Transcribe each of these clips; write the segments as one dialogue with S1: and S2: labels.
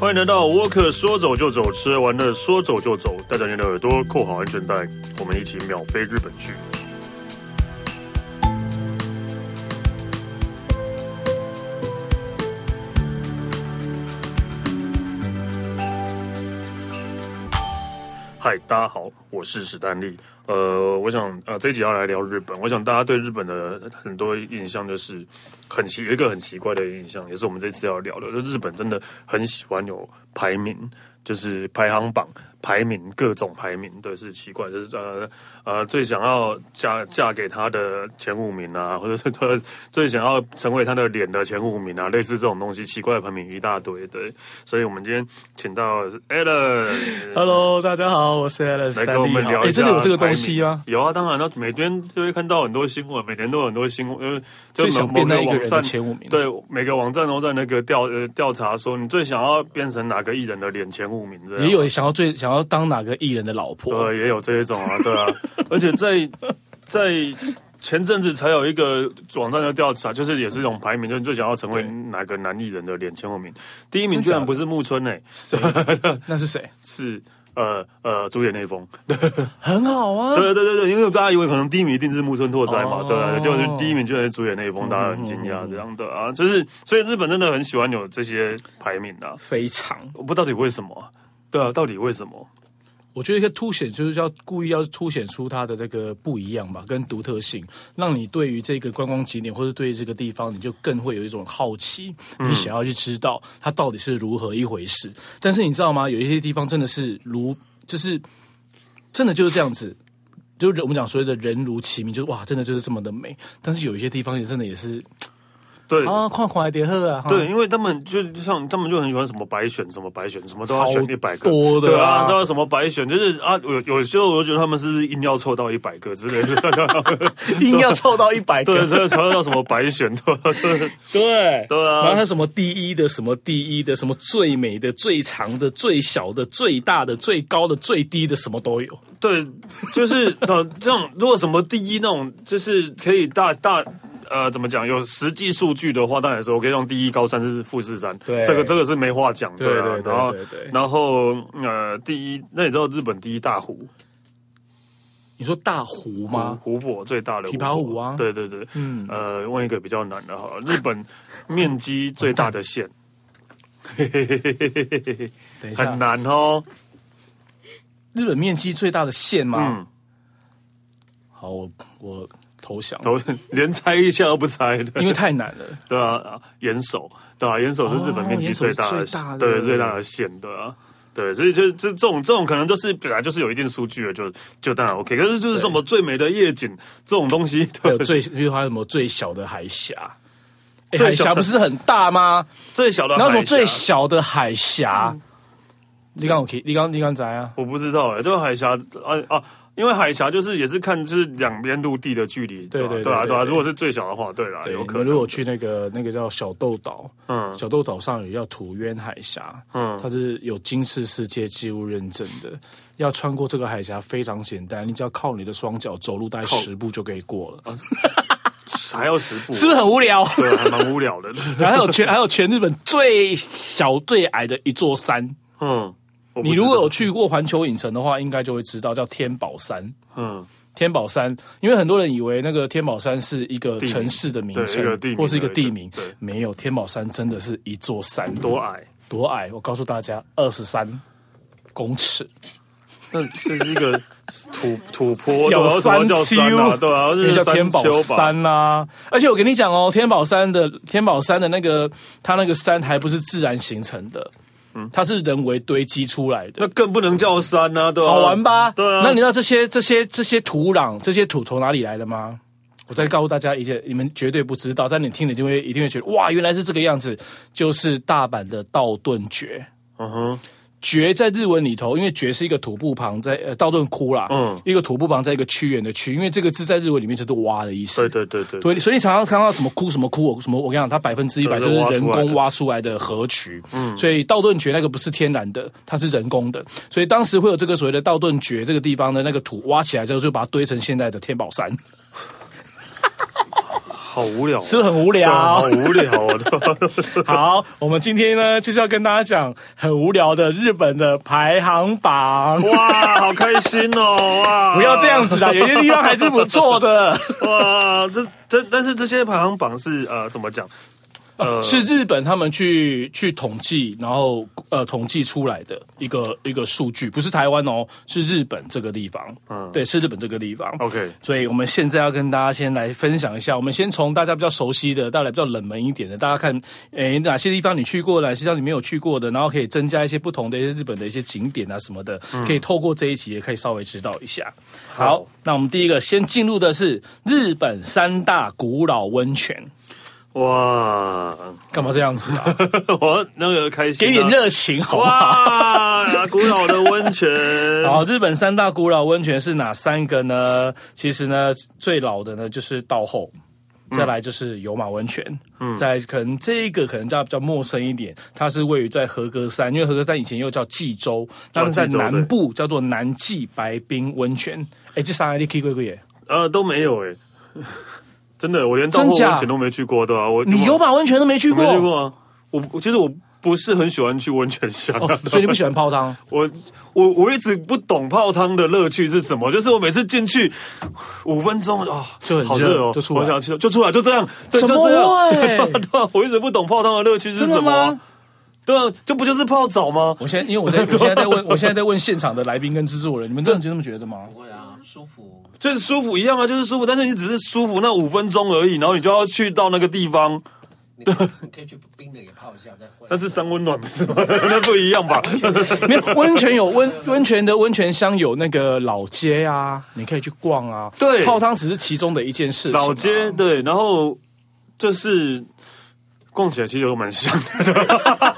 S1: 欢迎来到沃克，说走就走，吃完了说走就走，带着你的耳朵扣好安全带，我们一起秒飞日本去。嗨，大家好，我是史丹利。呃，我想呃这一集要来聊日本，我想大家对日本的很多印象就是很奇，有一个很奇怪的印象，也是我们这次要聊的，就日本真的很喜欢有排名，就是排行榜、排名各种排名，对，是奇怪，就是呃呃最想要嫁嫁给他的前五名啊， 或者是他最想要成为他的脸的前五名啊，类似这种东西，奇怪的排名一大堆，对，所以我们今天请到 Alan。
S2: Hello，大家好，我是 Alice
S1: 来跟
S2: 丹
S1: 我
S2: 利
S1: 们
S2: 好。
S1: 聊一下、
S2: 哎诶真的有这个东西吗？？
S1: 有啊，当然了，每天都会看到很多新闻，每年都有很多新闻，呃，就
S2: 最想
S1: 某
S2: 变
S1: 某
S2: 到一个
S1: 网
S2: 人的
S1: 站
S2: 前五名，，
S1: 对每个网站都在那个调呃调查说你最想要变成哪个艺人的脸前五名这样，
S2: 也有想要最想要当哪个艺人的老婆，
S1: 对也有这一种啊，对 啊，而且在在前阵子才有一个网站的调查，就是也是一种排名，就是你最想要成为
S2: 对
S1: 哪个男艺人的脸前五名，第一名
S2: 真
S1: 居然
S2: 假
S1: 不是木村诶、
S2: 谁那是谁？
S1: 是呃呃主演内丰。
S2: 很好啊，
S1: 对对对对，因为大家以为可能第一名一定是木村拓哉嘛，
S2: 哦嗯
S1: 对啊，就是第一名居然是主演那一封，大家很惊讶这样的啊，就是所以日本真的很喜欢有这些排名啊，
S2: 非常。
S1: 我不知道到底为什么啊，对啊，到底为什么？
S2: 我觉得一个凸显就是要故意要凸显出它的那个不一样吧，跟独特性，让你对于这个观光景点或者对于这个地方，你就更会有一种好奇，你想要去知道它到底是如何一回事。但是你知道吗？有一些地方真的是如，就是真的就是这样子。就是我们讲所谓的人如其名，就是哇，真的就是这么的美。但是有一些地方也真的也是
S1: 对
S2: 啊，看看点喝啊，哈
S1: 对，因为他们就就像他们就很喜欢什么白选什么白选，什么都要选
S2: 超
S1: 一百个，
S2: 多的
S1: 对啊，
S2: 啊
S1: 都要什么白选，就是啊，有有时候我就觉得他们是不是硬要凑到一百个之类的，
S2: 硬要凑到一百
S1: 对，
S2: 个，
S1: 所以才会叫什么白选，对啊对啊
S2: 对
S1: 对啊
S2: 然后它什么第一的，什么第一的，什么最美的、最长的、最小的、最大的、最高的、最低的，什么都有。
S1: 对，就是呃， 这种如果什么第一那种，就是可以大大呃，怎么讲，有实际数据的话，当然是我可以用第一高三是富士山，
S2: 对
S1: 这个这个是没话讲，对啊
S2: 对对。对
S1: 然后
S2: 对对
S1: 然后呃，第一，那你知道日本第一大湖
S2: 你说大湖吗？
S1: 湖泊最大的
S2: 琵琶湖啊
S1: 对对对，嗯，呃，问一个比较难的哈，日本面积最大的 县，嘿嘿嘿嘿嘿嘿嘿嘿
S2: 等一下
S1: 很，难哦，
S2: 日本面积最大的县吗？
S1: 嗯，
S2: 好，我我投降，
S1: 头连猜一下都不猜的，
S2: 因为太难 了。
S1: 对啊啊，岩手，对啊，岩手是日本面积最大
S2: 哦
S1: 的，
S2: 岩手是最大的
S1: 对最大的县，对啊。对，所以就是这这种这种可能就是本来就是有一定数据的，就就当然 OK。可是就是什么最美的夜景这种东 西，
S2: 还
S1: 对
S2: 有最，因为还有什么最小的海峡？诶
S1: 最
S2: 海
S1: 小的
S2: 峡不是很大吗？
S1: 最小的
S2: 然后什
S1: 海
S2: 么
S1: 峡，嗯
S2: 最小的海峡？你刚我可以，你刚你啊刚怎样？
S1: 我不知道哎、欸，就是海峡啊啊，因为海峡就是也是看就是两边陆地的距离，
S2: 对
S1: 吧
S2: 对
S1: 对啊
S2: 对
S1: 对啊。
S2: 对
S1: 如果是最小的话，对啦，
S2: 对，
S1: 有
S2: 你
S1: 可
S2: 们
S1: 能
S2: 如果去那个那个叫小豆岛，
S1: 嗯
S2: 小豆岛上有叫土渊海峡，
S1: 嗯
S2: 嗯，它是有金氏世界纪录认证的。要穿过这个海峡非常简单，你只要靠你的双脚走路大概十步就可以过了，
S1: 还要十步，
S2: 是不是很无聊？
S1: 对啊，还蛮无聊的。
S2: 然后还有全还有全日本最小最矮的一座山，
S1: 嗯，我不
S2: 你
S1: 知
S2: 如果
S1: 道
S2: 有去过环球影城的话，应该就会知道叫天宝山。
S1: 嗯
S2: 天宝山，因为很多人以为那个天宝山是一个
S1: 名
S2: 城市的名
S1: 对一个
S2: 称
S1: 地名，
S2: 或是一个
S1: 而已
S2: 地名
S1: 对，
S2: 没有天宝山真的是一座山，多
S1: 多矮，
S2: 多矮？我告诉大家，二十三公尺，
S1: 那这是一个土土坡，对
S2: 小
S1: 啊，什么
S2: 山
S1: 叫山啊？
S2: 丘
S1: 对啊，
S2: 因为
S1: 这
S2: 叫
S1: 是
S2: 天宝
S1: 丘吧？
S2: 山啦、而且我跟你讲哦，天宝山的天宝山的那个，它那个山还不是自然形成的，
S1: 嗯
S2: 它是人为堆积出来的
S1: 那。更不能叫山啊，对吧、
S2: 好玩吧？
S1: 对啊。
S2: 那你知道这些这些这些土壤、这些土从哪里来的吗？我再告诉大家一件，你们绝对不知道，但你听了就会一定会觉得哇，原来是这个样子，就是大阪的道顿崛。
S1: 嗯哼，
S2: 蕨在日文里头，因为蕨是一个土部旁在，呃道顿窟啦，
S1: 嗯
S2: 嗯，一个土部旁在一个屈原的屈，因为这个字在日文里面就是挖的意思。
S1: 对对对对，
S2: 对，所以你常常看到什么窟什么窟，我什么我跟你讲，它百分之一百就是人工挖出来的河渠。嗯，所以道顿崛那个不是天然的，它是人工的。所以当时会有这个所谓的道顿崛这个地 方的那个土挖起来之后，就把它堆成现在的天宝山。
S1: 好无聊哦，
S2: 是不是很无聊
S1: 对啊好无聊哦。
S2: 好，我们今天呢就是要跟大家讲很无聊的日本的排行榜。
S1: 哇，好开心哦！哇，
S2: 不要这样子啦，有些地方还是不错的，
S1: 哇！这这但是这些排行榜是呃怎么讲？呃，
S2: 是日本他们去去统计，然后呃统计出来的一个一个数据，不是台湾哦，是日本这个地方，
S1: 嗯
S2: 对，是日本这个地方。
S1: OK，
S2: 所以我们现在要跟大家先来分享一下，我们先从大家比较熟悉的，到来比较冷门一点的，大家看，诶，哪些地方你去过，哪些地方你没有去过的，然后可以增加一些不同的一些日本的一些景点啊什么的，
S1: 嗯
S2: 可以透过这一集也可以稍微知道一下。好，那我们第一个先进入的是日本三大古老温泉，
S1: 哇，
S2: 干嘛这样子啊？
S1: 我那个开心、
S2: 给
S1: 啊，
S2: 点热情好不好？
S1: 哇，古老的温泉，
S2: 啊 好，啊日本三大古老温泉是哪三个呢？其实呢，最老的呢就是道后，
S1: 嗯
S2: 再来就是有马温泉，嗯，再可能这一个可能大家比较陌生一点，它是位于在和歌山，因为和歌山以前又叫济州，但是在
S1: 济州
S2: 南部叫做南纪白冰温泉。哎，这三个你去过耶？
S1: 呃，都没有哎、 真的，我连道后
S2: 真假
S1: 温泉都没去过，对吧、我
S2: 你有马温泉都没去
S1: 我没去
S2: 过，
S1: 过啊？我我其实我不是很喜欢去温泉乡、啊
S2: 哦，所以你不喜欢泡汤？
S1: 我我我一直不懂泡汤的乐趣是什么，就是我每次进去五分钟哦，
S2: 就很
S1: 好
S2: 热
S1: 热哦，
S2: 就出来
S1: 我想去就出来就这样，对，
S2: 怎
S1: 就
S2: 么
S1: 这样，
S2: 会
S1: 对啊对啊我一直不懂泡汤的乐趣 是
S2: 真
S1: 什
S2: 的
S1: 么啊
S2: 吗？？
S1: 对啊，就不就是泡澡吗？
S2: 我现在因为我在我现在在问我现在在问现场的来宾跟制作人，你们真的这么觉得吗？
S3: 不会啊，舒服。
S1: 就是舒服一样啊，就是舒服，但是你只是舒服那五分钟而已，然后你就要去到那个地方，
S3: 你可以你可以去冰的给泡一下再回来。
S1: 那是三温暖不是吗？ 那不一样吧？
S2: 没有温泉有温 温泉的温泉乡有那个老街啊，你可以去逛啊。
S1: 对
S2: 泡汤只是其中的一件事情、啊
S1: 老街，对，然后就是逛起来其实有蛮像 的。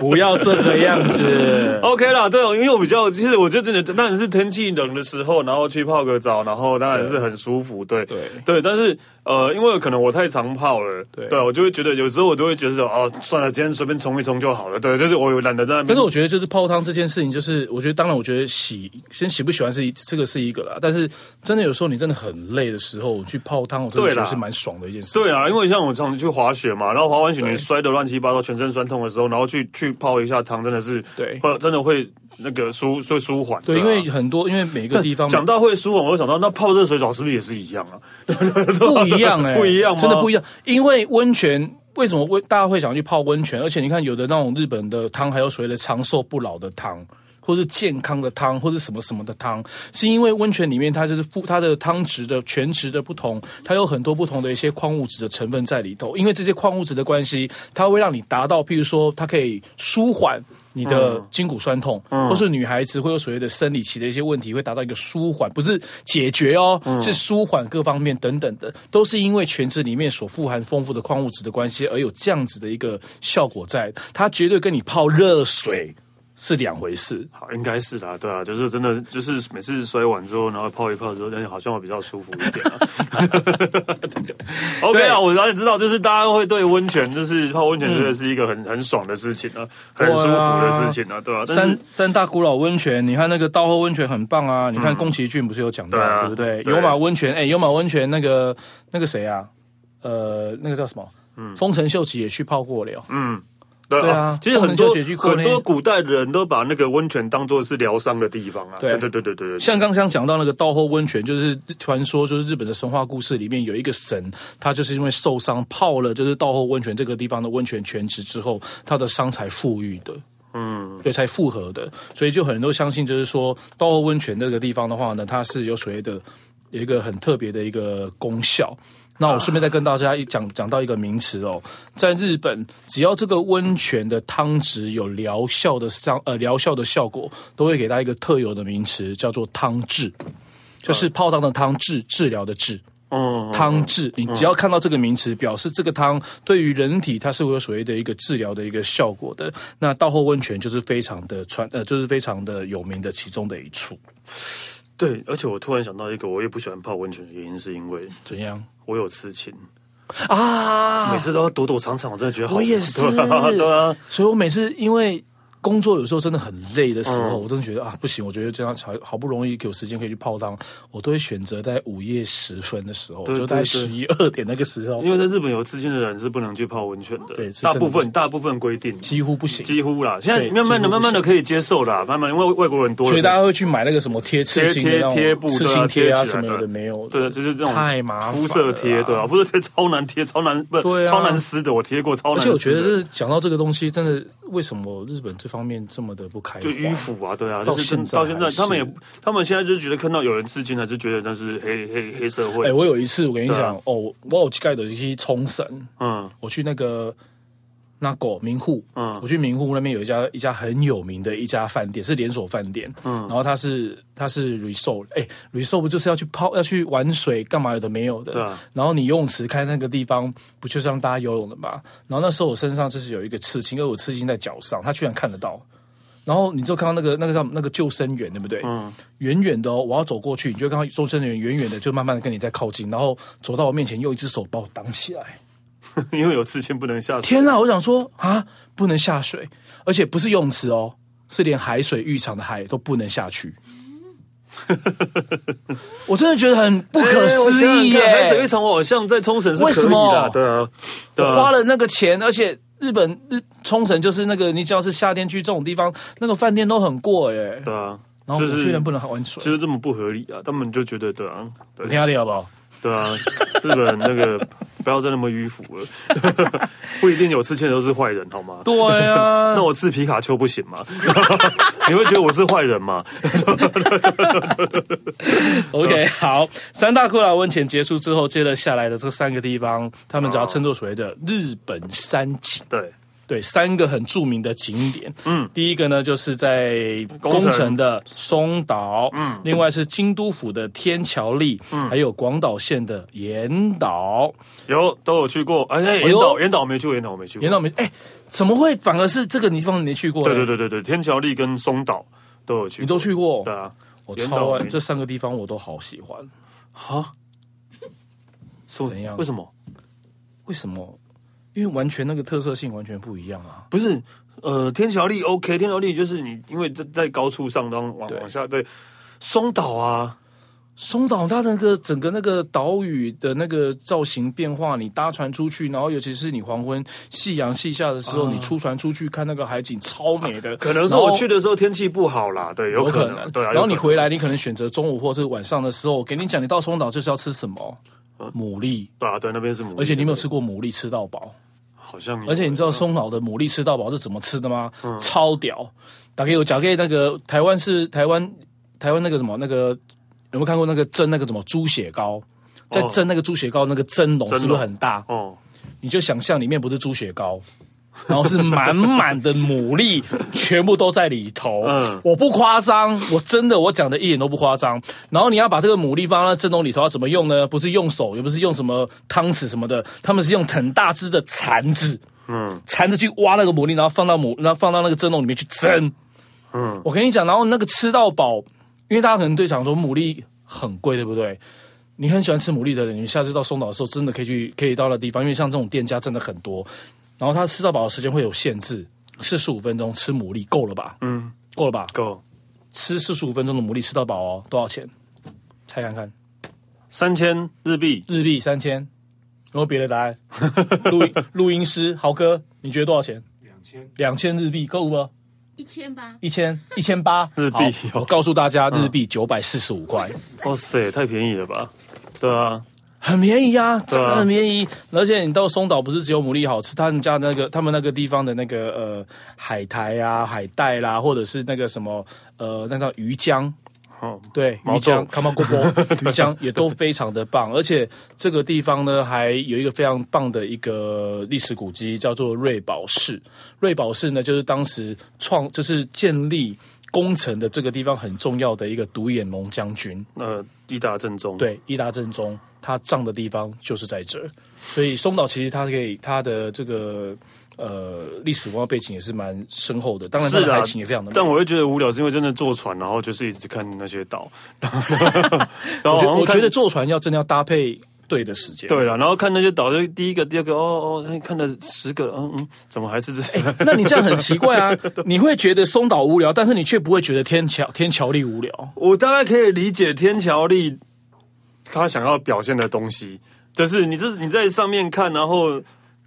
S2: 不要这个样 子。
S1: OK 啦，对，因为我比较，其实我觉得真的，当然是天气冷的时候，然后去泡个澡，然后当然是很舒服，对，
S2: 对
S1: 对，但是呃，因为可能我太常泡了，
S2: 对
S1: 我就会觉得有时候我都会觉得说，哦，算了，今天随便冲一冲就好了，对，就是我懒得在那
S2: 但
S1: 边
S2: 是。我觉得就是泡汤这件事情，就是我觉得当然，我觉得喜先喜不喜欢是一这个是一个啦，但是真的有时候你真的很累的时候去泡汤，我真的
S1: 对
S2: 觉
S1: 啦
S2: 得是蛮爽的一件事情。
S1: 对啊，因为像我常常去滑雪嘛，然后滑完雪你摔得乱七八糟，全身酸痛的时候，然后去去泡一下汤，真的是
S2: 对
S1: 会真的会那个舒会舒缓。
S2: 对，
S1: 啊
S2: 因为很多因为每个地方
S1: 讲到会舒缓，我就想到那泡热水澡是不是也是一样啊？
S2: 不一 样哎、
S1: 不一样吗
S2: 真的不一样。因为温泉为什么温大家会想去泡温泉？而且你看，有的那种日本的汤，还有所谓的长寿不老的汤。或是健康的汤，或是什么什么的汤，是因为温泉里面它就是不它的汤质的全质的不同，它有很多不同的一些矿物质的成分在里头。因为这些矿物质的关系，它会让你达到，譬如说，它可以舒缓你的筋骨酸痛，或是女孩子会有所谓的生理期的一些问题，会达到一个舒缓，不是解决哦，是舒缓各方面等等的，都是因为全脂里面所富含丰富的矿物质的关系，而有这样子的一个效果在。它绝对跟你泡热水是两回事。
S1: 好，应该是啦，对啊，就是真的，就是每次摔完之后，然后泡一泡之后，哎，好像我比较舒服一点、啊。OK 啊，我了解知道，就是大家会对温泉，就是泡温泉，真的是一个很、很爽的事情啊，很舒服的事情啊，对啊。但
S2: 三
S1: 是
S2: 三大古老温泉，你看那个道后温泉很棒啊！你看宫崎骏不是有讲
S1: 嗯
S2: 到，
S1: 对啊
S2: 对不对？
S1: 对
S2: 有马温泉，哎，有马温泉那个那个谁啊？呃，那个叫什么？
S1: 嗯
S2: 丰臣秀吉也去泡过了哟。
S1: 对
S2: 对啊
S1: 其实很
S2: 我
S1: 多
S2: 们就解决过
S1: 很
S2: 那
S1: 多古代人都把那个温泉当做是疗伤的地方啊，
S2: 对
S1: 对对对对对对，
S2: 像刚刚讲到那个道后温泉，就是传说，就是日本的神话故事里面有一个神，他就是因为受伤泡了就是道后温泉这个地方的温泉泉池之后，他的伤才复愈的。嗯，对，才复合的，所以就很多人相信，就是说道后温泉这个地方的话呢，它是有所谓的有一个很特别的一个功效。那我顺便再跟大家一讲讲到一个名词哦，在日本，只要这个温泉的汤汁有疗效的伤呃疗效的效果，都会给它一个特有的名词，叫做汤治，就是泡汤的汤治治疗的治。
S1: 嗯，嗯
S2: 汤治，你只要看到这个名词，表示这个汤对于人体它是会有所谓的一个治疗的一个效果的。那道后温泉就是非常的传呃，就是非常的有名的其中的一处。
S1: 对，而且我突然想到一个，我也不喜欢泡温泉的原因，是因为
S2: 怎样
S1: 我有痴情，
S2: 啊
S1: 啊每次都要躲躲藏藏，我真的觉得好，
S2: 我也是
S1: 对啊，对啊
S2: 所以我每次因为工作有时候真的很累的时候，
S1: 嗯
S2: 我真的觉得啊不行，我觉得这样才好不容易有时间可以去泡汤，我都会选择在午夜时分的时候，
S1: 对
S2: 就在
S1: 对
S2: 十
S1: 对
S2: 一二点那个时候，
S1: 因为在日本有刺青的人是不能去泡温泉的，
S2: 对是
S1: 大
S2: 真的
S1: 部分大部分规定
S2: 几乎不行。
S1: 几乎啦，现在
S2: 对
S1: 慢慢
S2: 几
S1: 的、
S2: 乎不行
S1: 慢慢的可以接受啦，慢慢因为外国人多
S2: 所以大
S1: 了，
S2: 家会去买那个什么贴刺青的
S1: 贴
S2: 那种
S1: 贴布
S2: 刺
S1: 对啊
S2: 青贴啊
S1: 贴起
S2: 什
S1: 来
S2: 么有的
S1: 对
S2: 没有的，
S1: 对，啊就是这种
S2: 太麻烦了啦
S1: 肤色贴，对啊，肤色贴超难贴，超难不
S2: 对啊
S1: 超难撕的，我贴过超
S2: 而
S1: 难撕
S2: 且
S1: 的，
S2: 我觉得，就是讲到这个东西，真的为什么日本这方面这么的不开化？
S1: 就迂腐啊，对啊，
S2: 到
S1: 就是真
S2: 现在
S1: 到现在
S2: 还是
S1: 他们也他们现在就是觉得看到有人刺青，还是觉得那是黑黑黑社会
S2: 哎、，我有一次，我跟你
S1: 对啊
S2: 讲，哦，我有盖的去冲绳，
S1: 嗯
S2: 我去那个那狗名户，
S1: 嗯
S2: 我去名户那边有一家一家很有名的一家饭店，是连锁饭店，嗯，然后它是它是 resort，哎、r e s o r t 不就是要去泡要去玩水干嘛有的没有的，
S1: 对啊
S2: 然后你游泳池开那个地方不就是让大家游泳的嘛？然后那时候我身上就是有一个刺青，因为我刺青在脚上，他居然看得到。然后你就看到那个那个叫那个救生员，对不对？
S1: 嗯，
S2: 远远的哦，我要走过去，你就会看到救生员远远的就慢慢的跟你在靠近，然后走到我面前，用一只手把我挡起来。
S1: 因为有刺青不能下水，
S2: 天啊！我想说啊，不能下水，而且不是游泳池哦，是连海水浴场的海都不能下去。
S1: 嗯
S2: 我真的觉得很不可
S1: 哎
S2: 思议耶！
S1: 海水浴场我好像在冲绳是
S2: 为
S1: 可
S2: 什
S1: 以
S2: 么
S1: 的，对啊，对
S2: 我花
S1: 啊，
S2: 了那个钱，而且日本日冲绳就是那个，你只要是夏天去这种地方，那个饭店都很过耶。
S1: 对啊，
S2: 然后我
S1: 就
S2: 居
S1: 是
S2: 然不能玩水，
S1: 就是这么不合理啊，他们就觉得对啊， 对
S2: 我听下你好不好？
S1: 对啊，日本那个不要再那么迂腐了， 不一定有刺青的都是坏人，好吗？
S2: 对 啊，
S1: 那我刺皮卡丘不行吗？ 你会觉得我是坏人吗？
S2: OK，好，三大酷拉温泉结束之后，接着下来的这三个地方，他们只要称作所谓的日本三景，
S1: 对，
S2: 对，三个很著名的景点。
S1: 嗯，
S2: 第一个呢，就是在
S1: 宫
S2: 宫
S1: 城
S2: 城的松岛，嗯，另外是京都府的天桥立，嗯，还有广岛县的岩岛。
S1: 有都有去过，哎，哎
S2: 呦
S1: 岩岛岩岛我没去过，岩岛我没去过
S2: 岩，岛没，哎，怎么会反而是这个地方你没去过？
S1: 对对，对对对，天桥立跟松岛都有去，
S2: 你都去过
S1: 对，啊，
S2: 我
S1: 岩岛
S2: 超爱
S1: 没
S2: 这三个地方，我都好喜欢。
S1: 啊，什么
S2: 怎样
S1: 为什么？
S2: 为什么？因为完全那个特色性完全不一样啊。
S1: 不是，呃，天桥立 OK，天桥立就是你因为在在高处上，然后往
S2: 对
S1: 往下对，松岛啊，
S2: 松岛它那个整个那个岛屿的那个造型变化，你搭船出去，然后尤其是你黄昏夕阳西下的时候，你出船出去看那个海景，超美的。
S1: 啊可能是
S2: 然后
S1: 我去的时候天气不好啦，对，有
S2: 有
S1: 可
S2: 可
S1: 能，
S2: 能，
S1: 对啊。
S2: 然后你
S1: 有可能
S2: 回来，你可能选择中午或是晚上的时候，我给你讲，你到松岛就是要吃什么牡蛎，
S1: 对啊，对，那边是牡蛎，
S2: 而且你有没有吃过牡蛎吃到饱？
S1: 好像有，
S2: 而且你知道松岛的牡蛎吃到饱是怎么吃的吗？
S1: 嗯
S2: 超屌！打给我讲给那个台湾是台湾台湾那个什么那个有没有看过那个蒸那个什么猪血糕？在蒸那个猪血糕，那个蒸笼
S1: 哦笼
S2: 是不是很大？
S1: 哦，
S2: 你就想象里面不是猪血糕，然后是满满的牡蛎，全部都在里头。
S1: 嗯
S2: 我不夸张，我真的我讲的一点都不夸张。然后你要把这个牡蛎放到蒸笼里头，要怎么用呢？不是用手，也不是用什么汤匙什么的，他们是用很大只的铲子。
S1: 嗯，
S2: 缠着去挖那个牡蛎，然后放到牡，然后放到那个蒸笼里面去蒸。
S1: 嗯
S2: 嗯，我跟你讲，然后那个吃到饱，因为大家可能对想说牡蛎很贵，对不对？你很喜欢吃牡蛎的人，你下次到松岛的时候，真的可以去可以到那地方，因为像这种店家真的很多。然后他吃到饱的时间会有限制，四十五分钟吃牡蛎够了吧？嗯，够了吧？
S1: 够
S2: 吃四十五分钟的牡蛎吃到饱哦，多少钱？猜看看，
S1: 三千日币，
S2: 日币三千。有没有别的答案？录音 录音师豪哥，你觉得多少钱？
S4: 两千
S2: 两千日币够不？
S5: 一千八，
S2: 一千一千八
S1: 日币哦
S2: 好我告诉大家，日币九百四十五块，
S1: 哇塞，太便宜了吧？对啊，
S2: 很便宜啊，真
S1: 啊
S2: 的很便宜。而且你到松岛不是只有牡蛎好吃，他们家那个他们那个地方的那个呃海苔啊、海带啦，或者是那个什么呃那叫鱼浆。
S1: 哦，
S2: 对，鱼
S1: 毛豆
S2: 浆、卡玛锅波、 鱼浆也都非常的棒，而且这个地方呢，还有一个非常棒的一个历史古迹，叫做瑞宝市。瑞宝市呢，就是当时创，就是建立工程的这个地方很重要的一个独眼龙将军，
S1: 呃，伊达正宗，，
S2: 对，伊达正宗，他葬的地方就是在这儿。所以松岛其实它可以，它的这个呃历史文化背景也是蛮深厚的，当然它
S1: 是
S2: 的
S1: 啊
S2: 海情也非常的美。
S1: 但我会觉得无聊，是因为真的坐船，然后就是一直看那些岛，然后 然
S2: 我觉得
S1: 后好
S2: 我
S1: 像看
S2: 觉得坐船要真的要搭配对的时间。
S1: 对了，然后看那些岛，就第一个、第二个，哦哦，哎看了十个，嗯嗯，怎么还是这样？
S2: 那你这样很奇怪啊！你会觉得松岛无聊，但是你却不会觉得天桥天桥立无聊。
S1: 我大概可以理解天桥立他想要表现的东西，就是你这你在上面看，然后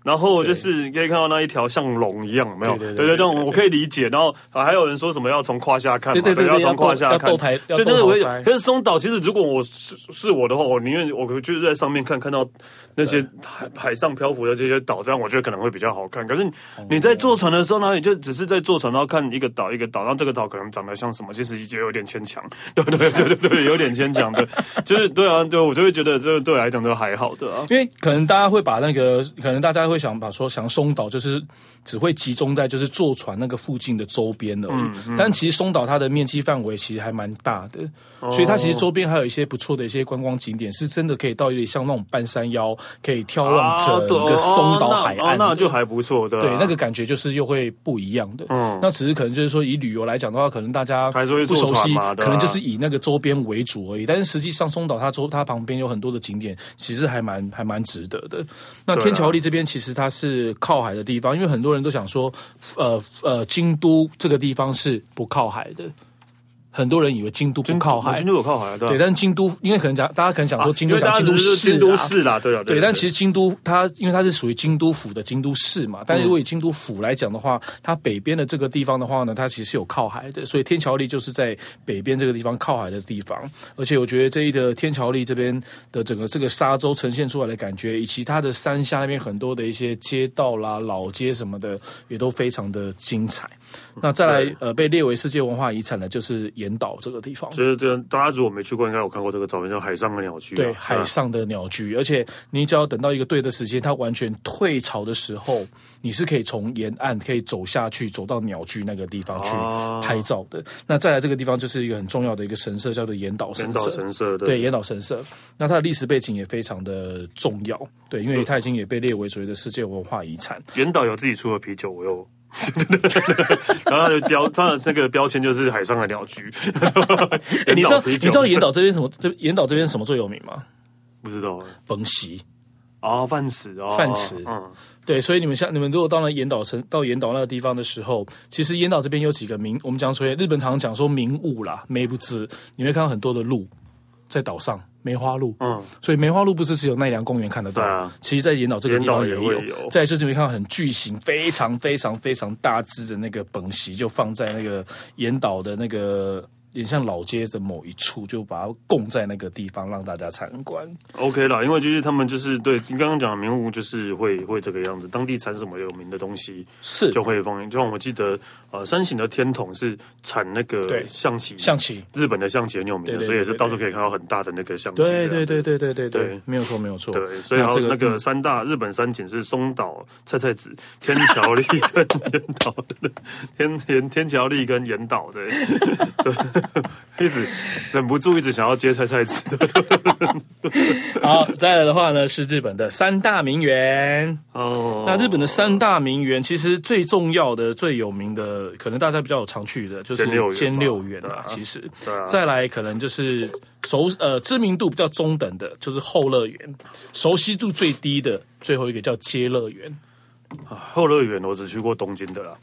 S1: 然后就是可以看到那一条像龙一样，有没有？
S2: 对对对
S1: 对对，这种我可以理解。然后啊还有人说什么要从胯下看嘛，
S2: 对对对
S1: 要
S2: 对
S1: 从胯下
S2: 要
S1: 看
S2: 斗要斗台，要
S1: 对，
S2: 斗
S1: 但是我也
S2: 豪宅
S1: 可是松岛其实如果我是是我的话，我宁愿我就是在上面看看到那些海海上漂浮的这些岛，这样我觉得可能会比较好看。可是你
S2: 哦
S1: 你在坐船的时候呢，你就只是在坐船，然后看一个岛一个岛，然后这个岛可能长得像什么，其实也有点牵强，对对对对对，有点牵强的，就是对啊，对我就会觉得这对我来讲都还好的啊。
S2: 因为可能大家会把那个，可能大家会想把说想松岛就是只会集中在就是坐船那个附近的周边而
S1: 嗯
S2: 已，但其实松岛它的面积范围其实还蛮大的，
S1: 哦
S2: 所以它其实周边还有一些不错的一些观光景点，是真的可以到有点像那种半山腰，可以眺望整
S1: 啊对
S2: 个松岛
S1: 哦
S2: 海
S1: 那哦
S2: 岸的
S1: 那就还不错的啊，
S2: 对，那个感觉就是又会不一样的。
S1: 嗯
S2: 那只是可能就是说，以旅游来讲的话，可能大家
S1: 还是会
S2: 不
S1: 坐
S2: 熟
S1: 船
S2: 悉，
S1: 嘛对啊
S2: 可能就是以那个周边为主而已。但是实际上，松岛它周它旁边有很多的景点，其实还蛮还蛮值得的。那
S1: 对啊
S2: 天桥立这边其实它是靠海的地方，因为很多人都想说，呃呃，京都这个地方是不靠海的，很多人以为京都不靠海
S1: 京。都有靠海啊，对啊
S2: 对，但是京都，因为可能讲，大家可能想说京都
S1: 因为
S2: 讲
S1: 大家
S2: 京
S1: 只
S2: 都
S1: 是
S2: 市、啊，
S1: 京都市啦，对啊，
S2: 对，但其
S1: 实
S2: 实京都它因为它是属于京都府的京都市嘛，
S1: 嗯
S2: 但是如果以京都府来讲的话，它北边的这个地方的话呢，它其实是有靠海的，所以天桥立就是在北边这个地方靠海的地方。而且我觉得这一的天桥立这边的整个这个沙洲呈现出来的感觉，以及它的山下那边很多的一些街道啦、老街什么的，也都非常的精彩。那再来呃被列为世界文化遗产的就是岩岛这个地方。
S1: 就是这样，大家如果没去过，应该有看过这个照片，叫海上的鸟居啊，
S2: 对海
S1: 嗯
S2: 上的鸟居，而且你只要等到一个对的时间，它完全退潮的时候，你是可以从沿岸可以走下去，走到鸟居那个地方去
S1: 哦
S2: 拍照的。那再来这个地方就是一个很重要的一个神社，叫做岩岛神
S1: 神岛
S2: 社。
S1: 神社的，
S2: 对，岩岛神社，那它的历史背景也非常的重要，对，因为
S1: 嗯
S2: 它已经也被列为所谓的世界文化遗产。
S1: 原岛有自己出的啤酒，我有。然后他的标，他的那个标签就是海上的鸟居。
S2: 哎，你知道
S1: 原岛
S2: 你
S1: 啤酒
S2: 知道岩岛这边什么？这岩岛这边什么最有名吗？
S1: 不知道
S2: 本席。
S1: 啊？饭匙啊，
S2: 饭匙
S1: 嗯，
S2: 对，所以你们像你们如果到了岩岛神到岩岛那个地方的时候，其实岩岛这边有几个名，我们讲所谓日本常讲说名物啦，梅不知，你会看到很多的鹿在岛上，梅花鹿。
S1: 嗯，
S2: 所以梅花鹿不是只有奈良公园看得到，
S1: 对啊
S2: 其实在岩岛这个地方也
S1: 岩
S2: 有。
S1: 岛也会有
S2: 再来就是你会看到很巨型、非常非常非常大只的那个本席，就放在那个岩岛的那个。也像老街的某一处，就把它供在那个地方让大家参观。
S1: OK 啦，因为就是他们就是对你刚刚讲的名物，就是会会这个样子，当地产什么有名的东西
S2: 是
S1: 就会放。就像我记得，呃，山形的天童是产那个
S2: 对
S1: 象棋，
S2: 象棋，
S1: 日本的象棋很有名
S2: 对
S1: 的，
S2: 对
S1: 所以也
S2: 对
S1: 是
S2: 对
S1: 到处可以看到很大的那个象棋这样子。
S2: 对对对对对
S1: 对
S2: 对对，没有错没有错。
S1: 对，所以还
S2: 那这
S1: 有
S2: 个嗯
S1: 那个三大日本三景是松岛、菜菜子、天桥立跟岩岛的天天天桥立跟岩岛 的，对，一 直忍不住一直想要接菜菜 子的。
S2: 好，再来的话呢是日本的三大名园。
S1: 哦，
S2: 那日本的三大名园，其实最重要的、最有名的，可能大家比较有常去的，就是
S1: 兼六园吧
S2: 兼六园啊。
S1: 对啊
S2: 其实
S1: 对啊，
S2: 再来可能就是熟呃知名度比较中等的，就是后乐园；熟悉度最低的，最后一个叫街乐园。
S1: 后乐园我只去过东京的啦，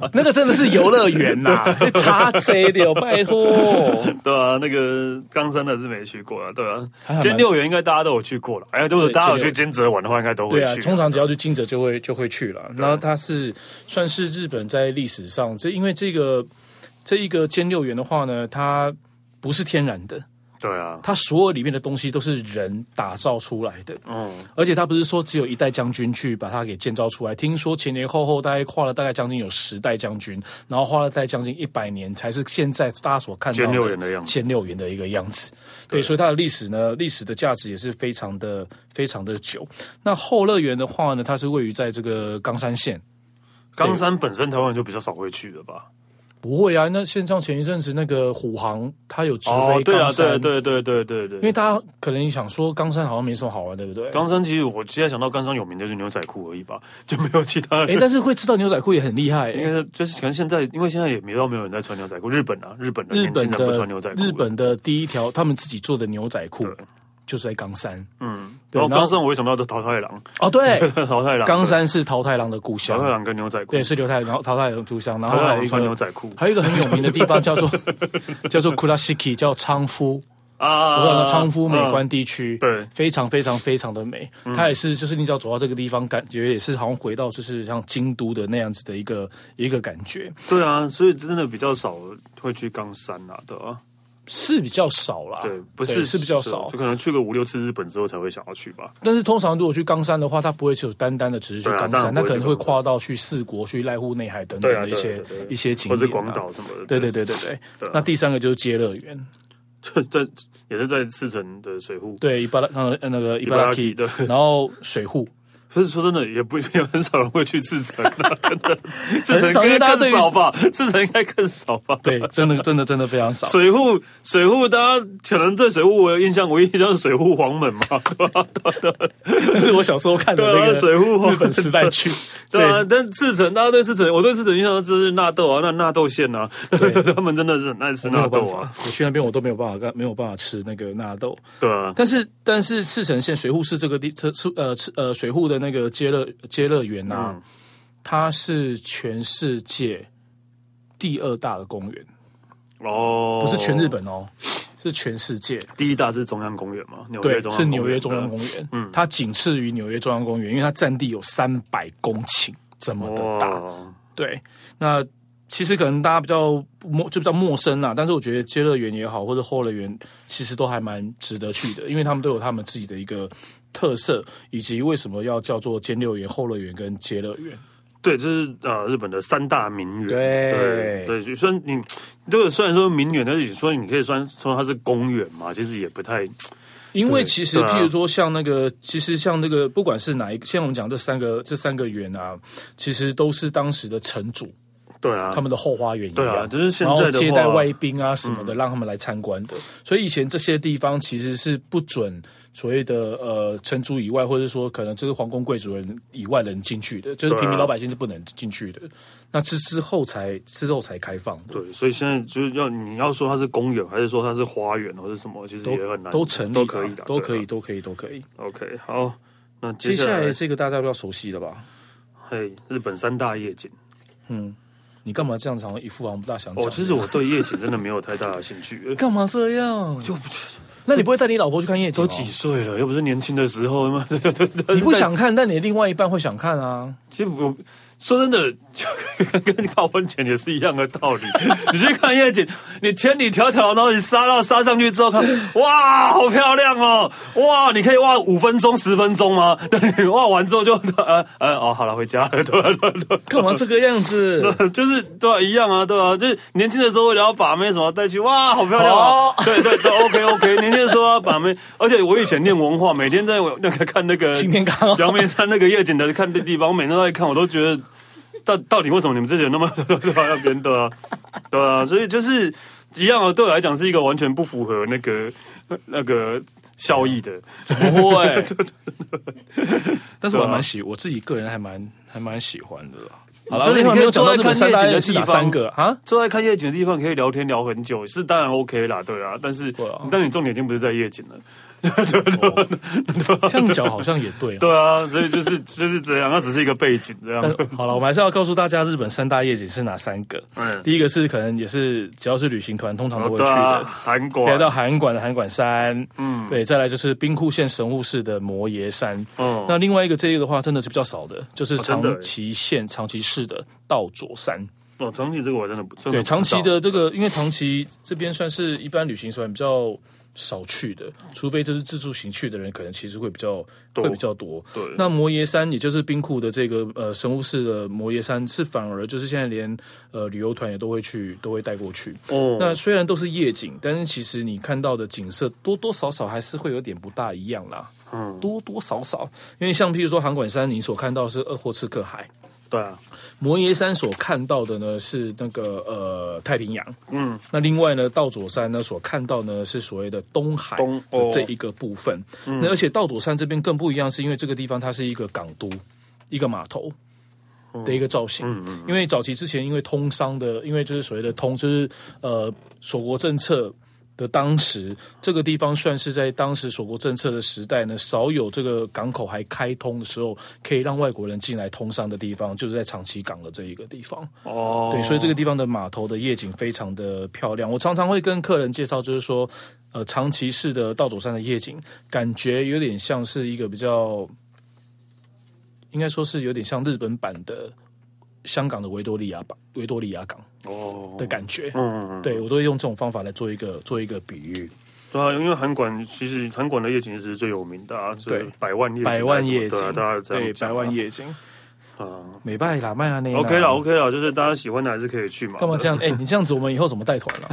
S2: 啊那个真的是游乐园 呐、差贼的哦，拜托。
S1: 对啊，那个冈山的是没去过啊，对啊
S2: 还，蛮
S1: 兼六园应该大家都有去过了，哎，如果
S2: 对
S1: 大家有去
S2: 兼六园
S1: 兼泽玩的话，应该都会
S2: 对
S1: 去
S2: 啊
S1: 啊，，
S2: 通常只要去金泽就会就会去了。然后它是算是日本在历史上这因为这个这一个兼六园的话呢，它不是天然的，
S1: 对啊，
S2: 它所有里面的东西都是人打造出来的。
S1: 嗯，
S2: 而且它不是说只有一代将军去把它给建造出来，听说前前后后大概跨了大概将近有十代将军，然后花了大概将近一百年，才是现在大家所看到
S1: 兼六园的样子
S2: 千六元的一个样子。对，所以它的历史呢，历史的价值也是非常的非常的久。那后乐园的话呢，它是位于在这个冈山县。
S1: 冈山本身台湾人就比较少会去的吧。
S2: 不会啊，那现像前一阵子那个虎航，它有直
S1: 哦，
S2: 飞
S1: 对啊，
S2: 冈山，
S1: 对对对对对对，
S2: 因为大家可能想说冈山好像没什么好玩，对不对？
S1: 冈山其实我现在想到冈山有名的就是牛仔裤而已吧， 就没有其 他的。
S2: 哎，但是会知道牛仔裤也很厉害、
S1: 应
S2: 欸
S1: 该。是就是可能现在，因为现在也没到没有人在穿牛仔裤。日本啊，日本的
S2: 日
S1: 年轻
S2: 本
S1: 人不
S2: 的
S1: 穿牛仔裤了。
S2: 日本的第一条他们自己做的牛仔裤
S1: 对，
S2: 就是在冈山。
S1: 嗯，
S2: 对
S1: 然后
S2: 然
S1: 冈
S2: 后
S1: 山我会想到的桃太郎，
S2: 哦，对，
S1: 桃太郎，
S2: 冈山是桃太郎的故
S1: 对
S2: 乡
S1: 桃，太郎跟牛仔裤
S2: 对，，是刘太然后桃太郎的故乡，然
S1: 桃
S2: 后
S1: 太
S2: 还有
S1: 郎
S2: 一
S1: 穿牛
S2: 个
S1: 仔裤
S2: 还有一个很有名的地方叫 做叫做 Kurashiki，叫仓敷。
S1: 啊嗯
S2: 我讲的仓敷美观地区，
S1: 对嗯
S2: 非常非常非常的美。它也是，就是你只要走到这个地方，感觉也是好像回到就是像京都的那样子的一个一个感觉，
S1: 对啊，所以真的比较少会去冈山啦，对啊，
S2: 是比较少啦。
S1: 对，不是
S2: 啊是比较少
S1: 就。可能去个五六次日本之后才会想要去吧。
S2: 但是通常如果去冈山的话，它不会只有单单的只是去
S1: 对啊
S2: 冈
S1: 当
S2: 山，
S1: 然
S2: 它
S1: 不会
S2: 可能
S1: 去
S2: 会
S1: 冈山
S2: 跨到去四国、去濑户内海等等
S1: 对啊，
S2: 的一
S1: 对
S2: 些
S1: 对对对
S2: 一些景
S1: 或
S2: 点
S1: 者
S2: 啊，
S1: 广岛什么的，
S2: 对对对对对
S1: 对啊。
S2: 那第三个就是接乐园，
S1: 对， 在也是在赤城的水户。
S2: 对伊巴拉呃那个伊巴拉
S1: Ibaraki，
S2: 基
S1: 对，
S2: 然后水户，
S1: 可是说真的，也不 也很少人会去赤城啊， 真的，赤城
S2: 因
S1: 应
S2: 为大
S1: 该
S2: 家对
S1: 更
S2: 于
S1: 少吧？赤城应该更少吧？
S2: 对，真的真的真的非常少。
S1: 水户，水户，大家可能对水户我有印象，我印象是水户黄门嘛，对吧？
S2: 那是我小时候看的那
S1: 对啊，
S2: 个
S1: 水户黄
S2: 日本时代剧，
S1: 对啊，但赤城，大家对赤城，我对赤城印象就是纳豆啊，那纳豆馅啊， 他们真的是很爱吃
S2: 没
S1: 纳
S2: 有
S1: 豆
S2: 办
S1: 啊
S2: 法，，我去那边我都没有办法干，没有办法吃那个纳豆。
S1: 对啊，
S2: 但是但是赤城县水户市这个地，这出呃赤呃水户的那个接乐接乐园啊，
S1: 嗯
S2: 它是全世界第二大的公园，
S1: 哦，
S2: 不是全日，本哦，是全世界。
S1: 第一大是中央公园嘛，纽约
S2: 对，
S1: 中央
S2: 是纽约中
S1: 公
S2: 央公园，嗯，它仅次于纽约中央公园，因为它占地有三百公顷这么的大，
S1: 哇，
S2: 对，那其实可能大家比较陌就比较陌生啊啦，但是我觉得接乐园也好，或者后乐园，其实都还蛮值得去的，因为他们都有他们自己的一个特色，以及为什么要叫做兼六园、后乐园跟接乐园。
S1: 对，这是呃日本的三大名园，
S2: 对
S1: 对对，虽然你这个虽然说名园，但是你说你可以算说它是公园嘛，其实也不太
S2: 因
S1: 对
S2: 为其实，
S1: 对啊
S2: 譬如说像那个，其实像那个，不管是哪一个，像我们讲这三个这三个园啊，其实都是当时的城主
S1: 对啊
S2: 他，们的后花园一
S1: 对
S2: 样。
S1: 啊，就是现
S2: 然后
S1: 在的
S2: 接
S1: 话
S2: 待外宾啊什么的，让他们来参观的。所以以前这些地方其实是不准所谓的呃城主以外，或者说可能就是皇宫贵族人以外人进去的，就是
S1: 对啊
S2: 平民老百姓是不能进去的。那之之后才之后才开放的。
S1: 对，所以现在就是要你要说它是公园，还是说它是花园，或是什么，其实
S2: 都
S1: 也很难，
S2: 都成立
S1: 都
S2: 啦
S1: 可以的，
S2: 都可
S1: 对
S2: 以，
S1: 啊。
S2: 都可以，都可以。
S1: OK，好，那接
S2: 接
S1: 下
S2: 下
S1: 来
S2: 来，这个大家比较熟悉的吧？
S1: 嘿，日本三大夜景。
S2: 你干嘛这样常一副好像不大想讲？
S1: 哦，其实我对夜景真的没有太大的兴 趣。
S2: 干嘛这样？就那你不会带你老婆去看夜景、
S1: 都呃
S2: 哦？
S1: 几岁了，又不是年轻的时候嘛。对对对
S2: 你不想看，但你的另外一半会想看啊。
S1: 其实我说真的，就跟跟泡温泉也是一样的道理。你去看夜景，你千里迢迢，然后你杀到杀上去之后看，哇，好漂亮哦！哇，你可以挖五分钟、十分钟吗？对，挖完之后就呃呃哦，好了，回家了，对吧？啊对吧
S2: 干嘛这个样子？
S1: 就是对啊，一样啊，对啊，就是年轻的时候为了要把妹什么带去，哇，好漂亮 啊！对对对，OK OK，年轻的时候要把妹，而且我以前念文化，每天在我那个看那个
S2: 今天刚 好
S1: 阳明山那个夜景的看的地方，我每天都在看，我都觉得到到底为什么你们这些人那么 对啊，要别人的啊，对啊，所以就是一样啊，对我来讲是一个完全不符合那个那个效益的，
S2: 不会。 但是
S1: 对
S2: 我还
S1: 啊
S2: 蛮喜，我自己个人还蛮还蛮喜欢的啦。好了，
S1: 真的
S2: 另外
S1: 你可以
S2: 没有讲
S1: 坐在
S2: 到日本
S1: 看
S2: 三
S1: 夜景
S2: 大
S1: 的
S2: 夜是哪
S1: 地方
S2: 三个 啊？
S1: 坐在看夜景的地方可以聊天聊很久，是当然 OK 啦，对啊，但是、
S2: 对啊
S1: 但你重点已经不是在夜景了。
S2: 这样讲好像也对。哦
S1: 对啊，所以就是 就是这样，它只是一个背景这样
S2: 但。好了，我们还是要告诉大家日本三大夜景是哪三个。
S1: 嗯，
S2: 第一个是可能也是只要是旅行团通常都会
S1: 对
S2: 去
S1: 啊，
S2: 的，
S1: 韩国
S2: 来到函馆的函馆山，嗯，对，再来就是兵库县神户市的摩耶山。
S1: 哦
S2: 那另外一个这一个的话，真的是比较少的，就是
S1: 真的耶欸
S2: 长崎县长崎市的道佐山。
S1: 哦，长崎这个我真的不真的
S2: 对，
S1: 不知道
S2: 长崎的这个，因为长崎这边算是一般旅行团比较少去的，除非就是自助行去的人，可能其实会比较
S1: 多
S2: 会比较多。
S1: 对
S2: 那摩耶山，也就是冰库的这个呃神户市的摩耶山，是反而就是现在连呃旅游团也都会去，都会带过去。
S1: 哦，
S2: 那虽然都是夜景，但是其实你看到的景色多多少少还是会有点不大一样啦。
S1: 嗯，
S2: 多多少少，因为像譬如说函馆山，你所看到的是鄂霍次克海，
S1: 对啊，
S2: 摩耶山所看到的呢是那个呃太平洋，
S1: 嗯，
S2: 那另外呢道佐山呢所看到呢是所谓的东海
S1: 东
S2: 的这一个部分。那而且道佐山这边更不一样，是因为这个地方它是一个港都，一个码头。的一个造型，因为早期之前因为通商的，因为就是所谓的通，就是呃锁国政策的当时，这个地方算是在当时锁国政策的时代呢，少有这个港口还开通的时候，可以让外国人进来通商的地方，就是在长崎港的这一个地方。
S1: 哦，
S2: 对，所以这个地方的码头的夜景非常的漂亮。我常常会跟客人介绍，就是说，呃，长崎市的道佐山的夜景，感觉有点像是一个比较，应该说是有点像日本版的香港的维多利亚港，维多利亚港
S1: 哦，
S2: 的感觉。
S1: 嗯嗯嗯，
S2: 对我都会用这种方法来做一个做一个比喻，
S1: 对啊，因为韩馆其实韩馆的夜景是最有名的啊，是
S2: 嗯对
S1: 百万夜景啊
S2: 百万
S1: 什么
S2: 夜景
S1: 对啊，大家这样
S2: 对，
S1: 讲
S2: 百
S1: 啊
S2: 万夜景，
S1: 啊
S2: 美拜啦，麦亚内
S1: ，OK 了 OK 了，就是大家喜欢的还是可以去嘛。
S2: 干嘛这样？哎、你这样子，我们以后怎么带团啊？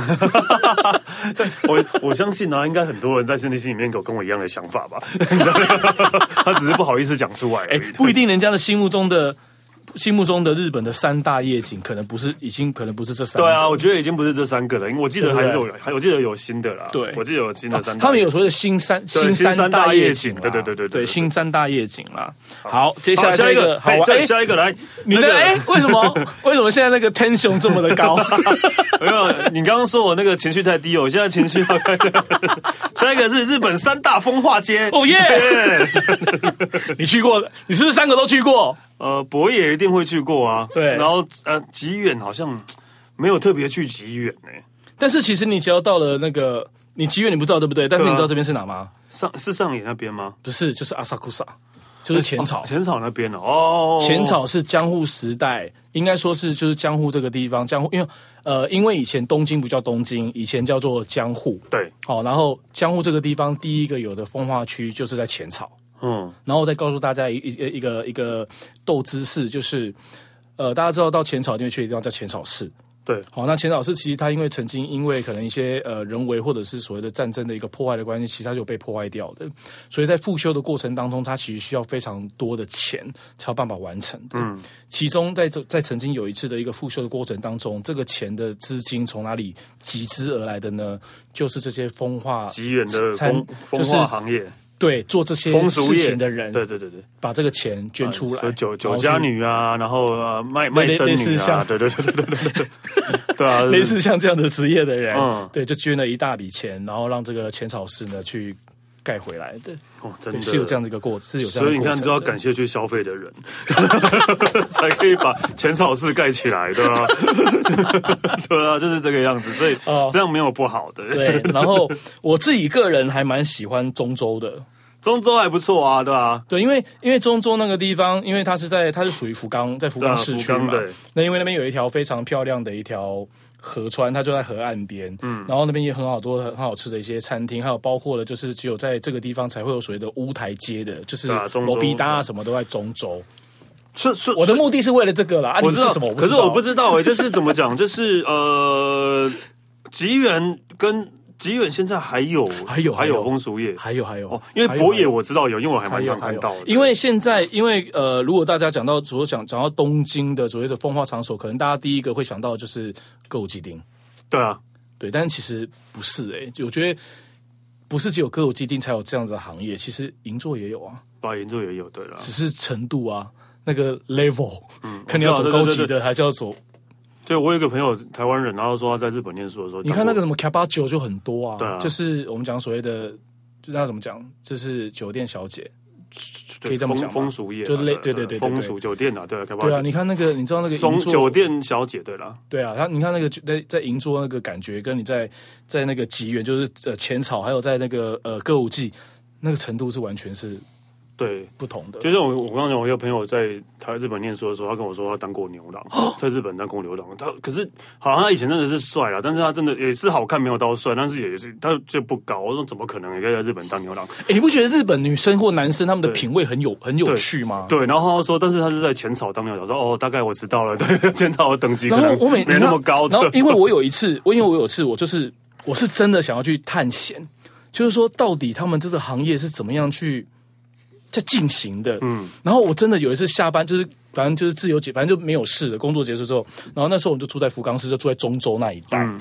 S1: 我我相信啊，应该很多人在心里心里面有跟我一样的想法吧， 他只是不好意思讲出来而
S2: 哎、
S1: 已。
S2: 不一定，人家的心目中的心目中的日本的三大夜景，可能不是，已经可能不是这三
S1: 对啊，我觉得已经不是这三个了，因为我记得还是有
S2: 对，
S1: 还我记得有新的啦。
S2: 对啊
S1: 我记得有新的三大。
S2: 他们有所谓的新三
S1: 对新
S2: 三
S1: 三大夜
S2: 夜
S1: 景啊
S2: 啦
S1: 对对对对对对
S2: 对新三大夜景啦。好，接下
S1: 好
S2: 来
S1: 下
S2: 这
S1: 一个，
S2: 好
S1: 嘿
S2: 玩
S1: 下
S2: 哎，
S1: 下一个来，
S2: 你
S1: 那
S2: 的
S1: 个
S2: 哎，为什么 为什么现在那个 tension 这么的高？
S1: 没有，你刚刚说我那个情绪太低哦，我现在情绪要 开始。下一个是日本三大风化街，
S2: 哦耶！
S1: 对
S2: 你去过的，你是不是三个都去过？
S1: 呃，博野一定会去过啊。
S2: 对
S1: 然后呃，吉远好像没有特别去吉远呢、
S2: 但是其实你只要到了那个，你吉原你不知道对不对？但是
S1: 对啊
S2: 你知道这边是哪吗？
S1: 上是上野那边吗？
S2: 不是，就是阿萨库萨，就是浅草。
S1: 浅草那边哦哦，
S2: 浅草是江户时代，应该说是就是江户这个地方，江户因为呃，因为以前东京不叫东京，以前叫做江户。
S1: 对，
S2: 好、然后江户这个地方第一个有的风化区就是在浅草，
S1: 嗯，
S2: 然后再告诉大家一一一个一个斗知识，就是呃，大家知道到浅草一定会去的地方叫浅草寺。
S1: 对，
S2: 好，那浅草寺其实它因为曾经因为可能一些呃人为或者是所谓的战争的一个破坏的关系，其实它就被破坏掉的。所以在复修的过程当中，它其实需要非常多的钱才有办法完成的。嗯，其中在这在曾经有一次的一个复修的过程当中，这个钱的资金从哪里集资而来的呢？就是这些风化
S1: 吉远的
S2: 餐
S1: 风风
S2: 就是
S1: 化行业，
S2: 对做这些
S1: 风俗
S2: 事
S1: 业
S2: 情的人，
S1: 对对对对，
S2: 把这个钱捐出来
S1: 所以，酒酒
S2: 然
S1: 家
S2: 后去
S1: 女啊，然后呃卖卖
S2: 类
S1: 身
S2: 类似
S1: 女啊，
S2: 像
S1: 对对对对对对对，对啊，
S2: 类似像这样的职业的人，
S1: 嗯
S2: 对，就捐了一大笔钱，然后让这个浅草寺呢去盖回来的，
S1: 哦，真
S2: 对，
S1: 的
S2: 是有这样的一个过，是有这样
S1: 所
S2: 的
S1: 以
S2: 一
S1: 你
S2: 个过
S1: 看，
S2: 程
S1: 都要
S2: 的
S1: 感谢去消费的人， 才可以把浅草寺盖起来，对吧、 对啊，就是这个样子，所以
S2: 哦
S1: 这样没有不好的。
S2: 对。然后我自己个人还蛮喜欢中州的，
S1: 中州还不错啊，对吧、啊？
S2: 对，因为因为中州那个地方，因为它是在它是属于福冈，在福
S1: 对啊
S2: 冈市区嘛
S1: 福冈对，
S2: 那因为那边有一条非常漂亮的一条。河川，它就在河岸边，嗯，然后那边也很好多很好吃的一些餐厅，还有包括了就是只有在这个地方才会有所谓的乌台街的，就是
S1: 对啊中州
S2: 罗比达啊什么都在中州。
S1: 是是，
S2: 我的目的是为了这个啦，啊，你
S1: 我
S2: 们
S1: 知
S2: 是
S1: 道
S2: 什么？
S1: 可是我不
S2: 知
S1: 知道哎、 就是怎么讲，就是呃，吉原跟吉原现在还有
S2: 还有
S1: 还
S2: 还
S1: 有
S2: 有
S1: 风俗业
S2: 道。还有还有
S1: 哦，因为博野我知道有，因为我还
S2: 还
S1: 蛮
S2: 有
S1: 常
S2: 还
S1: 看
S2: 有
S1: 到的，
S2: 因为现在因为呃，如果大家讲到所讲讲到东京的所谓的风化场所，可能大家第一个会想到就是歌舞伎町，
S1: 对啊，
S2: 对，但其实不是诶、就我觉得不是只有歌舞伎町才有这样子的行业，其实银座也有啊，
S1: 把银座也有，对啦。
S2: 只是程度啊。那个 level，嗯，肯
S1: 知
S2: 定
S1: 道
S2: 要走
S1: 对
S2: 高
S1: 对
S2: 级
S1: 对
S2: 的，还是要走。
S1: 对，我有一个朋友台湾人，然后说他在日本念书的时候，
S2: 你看那个什么 c a b a j o 就很多
S1: 对啊
S2: 啊，就是我们讲所谓的，就那怎么讲，就是酒店小姐，
S1: 对
S2: 可以这么
S1: 风
S2: 讲吧
S1: 风俗业啦，
S2: 就类
S1: 对
S2: 对对对对
S1: 风俗酒店啊，对啊，开不
S2: 对啊，你看那个，你知道那个银
S1: 从
S2: 座
S1: 酒店小姐，对啦，
S2: 对啊，他你看那个在在银座那个感觉，跟你在在那个吉原，就是呃浅草，还有在那个呃歌舞伎那个程度是完全是
S1: 对，
S2: 不同的。
S1: 就像我我刚刚讲，我有朋友在他日本念书的时候，他跟我说他当过牛
S2: 哦
S1: 郎，在日本当过牛郎，他可是好像他以前真的是帅啊啦，但是他真的也是好看，没有到帅，但是也是他就不高，我说怎么可能也可以在日本当牛郎？
S2: 哎，你不觉得日本女生或男生他们的
S1: 对
S2: 品味很有很有趣吗？
S1: 对，然后他说，但是他是在浅草当牛郎，说哦，大概我知道了，对， 浅草的等级可
S2: 然后
S1: 能
S2: 我每
S1: 没那么高，
S2: 然
S1: 对
S2: 后然后因为我有一次，我因为我有一次，我就是我是真的想要去探险，就是说到底他们这个行业是怎么样去在进行的。嗯，然后我真的有一次下班就是。反正就是自由解，反正就没有事了。工作结束之后，然后那时候我们就住在福冈市，就住在中州那一带。
S1: 嗯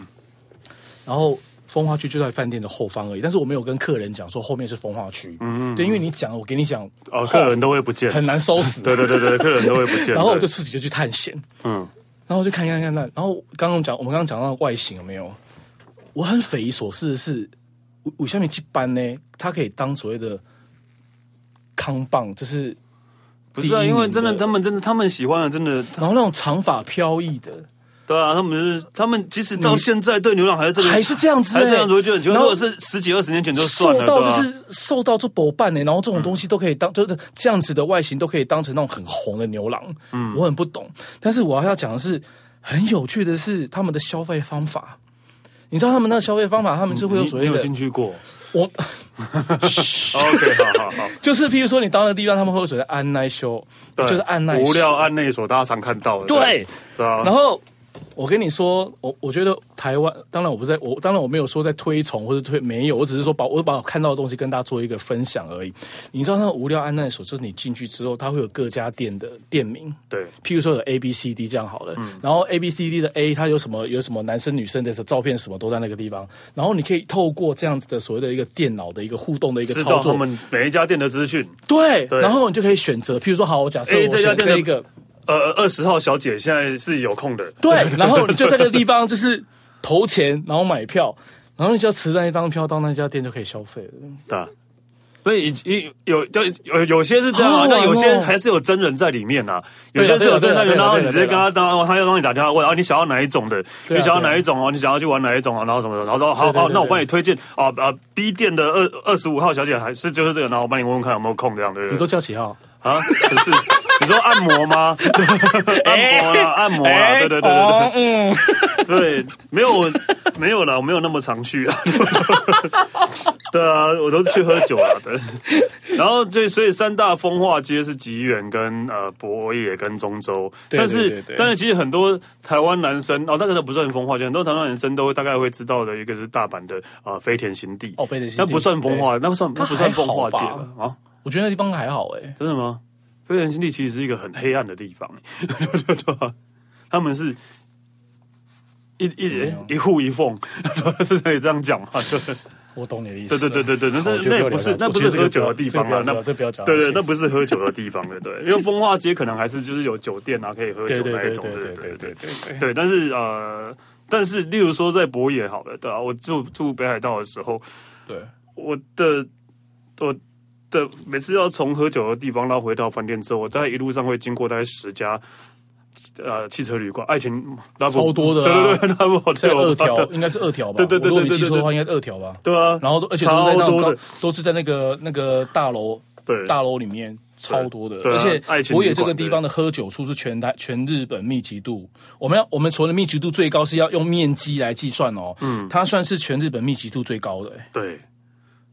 S2: 然后风化区就在饭店的后方而已，但是我没有跟客人讲说后面是风化区。嗯对，因为你讲，我给你讲，
S1: 哦，客人都会不 见，
S2: 很难收拾。
S1: 对对对对，客人都会不见，
S2: 然后我
S1: 对
S2: 就自己就去探险。
S1: 嗯
S2: 然后我就看看看看，然后刚刚讲我们刚刚讲到外形有没有？我很匪夷所思的是，我我下面这班呢，它可以当所谓的康棒，就是
S1: 不是啊，
S2: 第一名
S1: 因为真的，
S2: 的
S1: 他们真的，他们喜欢的，真的，
S2: 然后那种长发飘逸的，
S1: 对啊，他们就是他们，即使到现在对牛郎还是这个，
S2: 还是这样子、
S1: 还
S2: 欸，
S1: 这样子，我觉得很奇怪。
S2: 然
S1: 如
S2: 后
S1: 果是十几二十年前就算
S2: 瘦
S1: 了，
S2: 到
S1: 对吧？嗯
S2: 就是瘦到做薄扮呢，然后这种东西都可以当，就是这样子的外形都可以当成那种很红的牛郎。嗯，我很不懂，但是我要讲的是，很有趣的是他们的消费方法。你知道他们那个消费方法，他们是会有所
S1: 你
S2: 谓
S1: 有
S2: 的
S1: 进去过
S2: 我，
S1: ？OK，好好 好，
S2: 就是譬如说你到那个地方，他们会有所谓的按耐修，
S1: 对
S2: 就是按耐
S1: 无
S2: 秀
S1: 聊按那一所，大家常看到的，
S2: 对，
S1: 对啊。
S2: 然后我跟你说，我我觉得台湾，当然我不是在我当然我没有说在推崇或者推没有，我只是说把我把我看到的东西跟大家做一个分享而已。你知道那个无聊安奈所，就是你进去之后，它会有各家店的店名。
S1: 对，
S2: 譬如说有 A B C D 这样好了，
S1: 嗯
S2: 然后 A B C D 的 A 它有什么有什么男生女生的照片什么都在那个地方，然后你可以透过这样子的所谓的一个电脑的一个互动的一个
S1: 知
S2: 操
S1: 道他
S2: 作，
S1: 们每一家店的资讯。
S2: 对，
S1: 对
S2: 然后你就可以选择，譬如说好，我假设
S1: A
S2: 我
S1: 这家
S2: 选
S1: 店的
S2: 这一个，
S1: 呃，二十号小姐现在是有空的，
S2: 对，然后你就在这个地方就是投钱，然后买票，然后你只要持那一张票到那家店就可以消费了。
S1: 对啊。所以一有就有有些是这样
S2: 好
S1: 啊，
S2: 好玩
S1: 那
S2: 哦
S1: 有些还是有真人在里面啊，有
S2: 对啊
S1: 些是有真人在里面，
S2: 对
S1: 然
S2: 啊对啊
S1: 后你
S2: 对啊
S1: 直接跟
S2: 对啊
S1: 他当，他要帮你打电话问，啊，你想要哪一种的？
S2: 对啊
S1: 你想要哪一种哦？你想要去玩哪一种啊？然后什么的，然后说好
S2: 对对
S1: 好，
S2: 对
S1: 那我
S2: 对
S1: 帮你推荐啊啊 B 店的二二十五号小姐还是就是这个，然后我帮你问问看有没有空这样，对不
S2: 你
S1: 对？
S2: 都叫几号？
S1: 啊，不是，你说按摩 吗？按摩啦，按摩啦，对对对对对
S2: 哦，嗯，
S1: 对，没有没有啦，我没有那么常去 啊。对啊，我都去喝酒了。对，然后最所以三大风化街是吉原跟呃博野跟中州，
S2: 对
S1: 但
S2: 对
S1: 是
S2: 对对
S1: 但是其实很多台湾男生哦，那个都不算风化街，很多台湾男生都会大概会知道的一个是大阪的呃飞田新地
S2: 哦飞田新地
S1: 那不算风化，那不算那不算风化街
S2: 它还好
S1: 了啊？
S2: 我觉得那地方还好哎、
S1: 真的吗？飞田新地其实是一个很黑暗的地方， 对对对，他们是一一一户一缝， 是可以这样讲吗？对
S2: 我懂你的意思
S1: 对
S2: 了。哦
S1: 对对对对，那
S2: 好我觉得
S1: 那那不是
S2: 要聊
S1: 那不是
S2: 我觉得这个
S1: 喝酒的地方啊，
S2: 这
S1: 那
S2: 个不要讲
S1: 对
S2: 这
S1: 对，那
S2: 个不要讲
S1: 不是喝酒的地方了， 对，因为风化街可能还是就是有酒店啊，可以喝酒
S2: 对对
S1: 那一
S2: 对
S1: 种，
S2: 对
S1: 对对
S2: 对对
S1: 对
S2: 对对
S1: 对，但是呃，但是例如说在博野好了，对啊，我住住北海道的时候，
S2: 对，
S1: 我的我的每次要从喝酒的地方，然后回到饭店之后，我大概一路上会经过大概十家呃汽车旅馆，爱情拉布
S2: 超多的啊
S1: 对对对，拉布
S2: 在二条
S1: 对
S2: 应该是二条吧？
S1: 对对对对
S2: 我如果没
S1: 对对
S2: 记错的话，
S1: 对
S2: 应该是二条吧。
S1: 对啊，
S2: 然后都而且都是在那
S1: 超
S2: 种
S1: 多
S2: 高
S1: 的，
S2: 都是在那个那个大楼
S1: 对
S2: 大楼里面超多的，
S1: 对啊
S2: 而
S1: 爱
S2: 且
S1: 情
S2: 博野
S1: 旅
S2: 这
S1: 馆
S2: 个地方的喝酒处是全台全日本密集度。我们要我们除了密集度最高是要用面积来计算哦，嗯，它算是全日本密集度最高的、欸
S1: 对，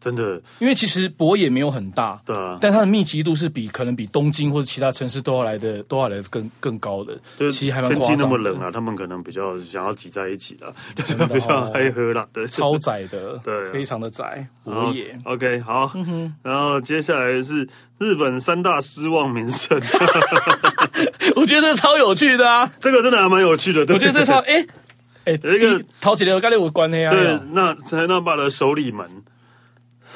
S1: 真的
S2: 因为其实博野没有很大，
S1: 对啊，
S2: 但它的密集度是比可能比东京或者其他城市都要来的都要来的更更高的，
S1: 就是
S2: 其实还蛮
S1: 天
S2: 夸
S1: 气
S2: 张
S1: 那
S2: 的
S1: 么冷啊，他们可能比较想要挤在一起了，就是
S2: 真的
S1: 比较
S2: 哦
S1: 爱喝了，对，
S2: 超窄的，
S1: 对啊
S2: 非常的窄，
S1: 好
S2: 博野。
S1: OK，好，
S2: 嗯
S1: 然后接下来是日本三大失望名胜，
S2: 我觉得这个超有趣的啊！
S1: 这个真的还蛮有趣的。对
S2: 我觉得这 个超哎哎，欸
S1: 有一个
S2: 第陶姐的概率有关黑啊，
S1: 对，那陈那爸的首里门，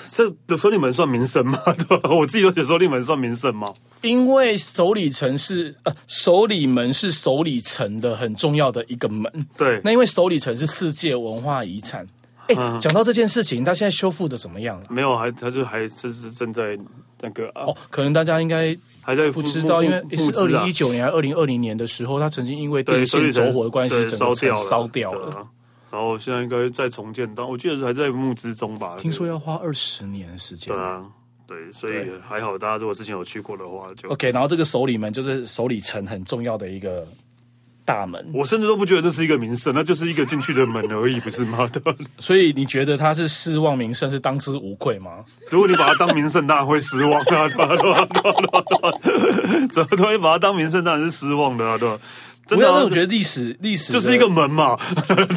S1: 这首里门算名胜吗？ 对吧我自己都觉得首里门算名胜吗？
S2: 因为首里城是呃首里门是首里城的很重要的一个门，
S1: 对嗯
S2: 那因为首里城是世界文化遗产。哎，讲到这件事情，它现在修复的怎么样了？
S1: 没有，还他就还这是正在那个啊
S2: 哦，可能大家应该
S1: 还在
S2: 不
S1: 募
S2: 知道，
S1: 募
S2: 因为
S1: 募
S2: 是
S1: 资
S2: 二
S1: 啊
S2: 零一九年还是二零二零年的时候，它曾经因为
S1: 对
S2: 电
S1: 首里
S2: 线走
S1: 城
S2: 火的关系，
S1: 对
S2: 整
S1: 烧
S2: 个
S1: 掉
S2: 城
S1: 了，
S2: 烧掉
S1: 对
S2: 了。
S1: 啊。然后现在应该在重建，但我记得还在募资中吧。
S2: 听说要花二十年的时间
S1: 对。啊，对，所以
S2: 对
S1: 还好，大家如果之前有去过的话，就
S2: OK，然后这个首里门就是首里城很重要的一个大门，
S1: 我甚至都不觉得这是一个名胜，那就是一个进去的门而已，不是吗？ 对吧
S2: 所以你觉得它是世望名胜是当之无愧吗？
S1: 如果你把它当名胜，当然会失望啊，对吧？对吧？对吧？对吧？怎么都会把它当名胜，当然是失望的啊，对吧？真
S2: 不
S1: 的
S2: 要
S1: 啊、
S2: 那种觉得历史历史
S1: 就是一个门嘛，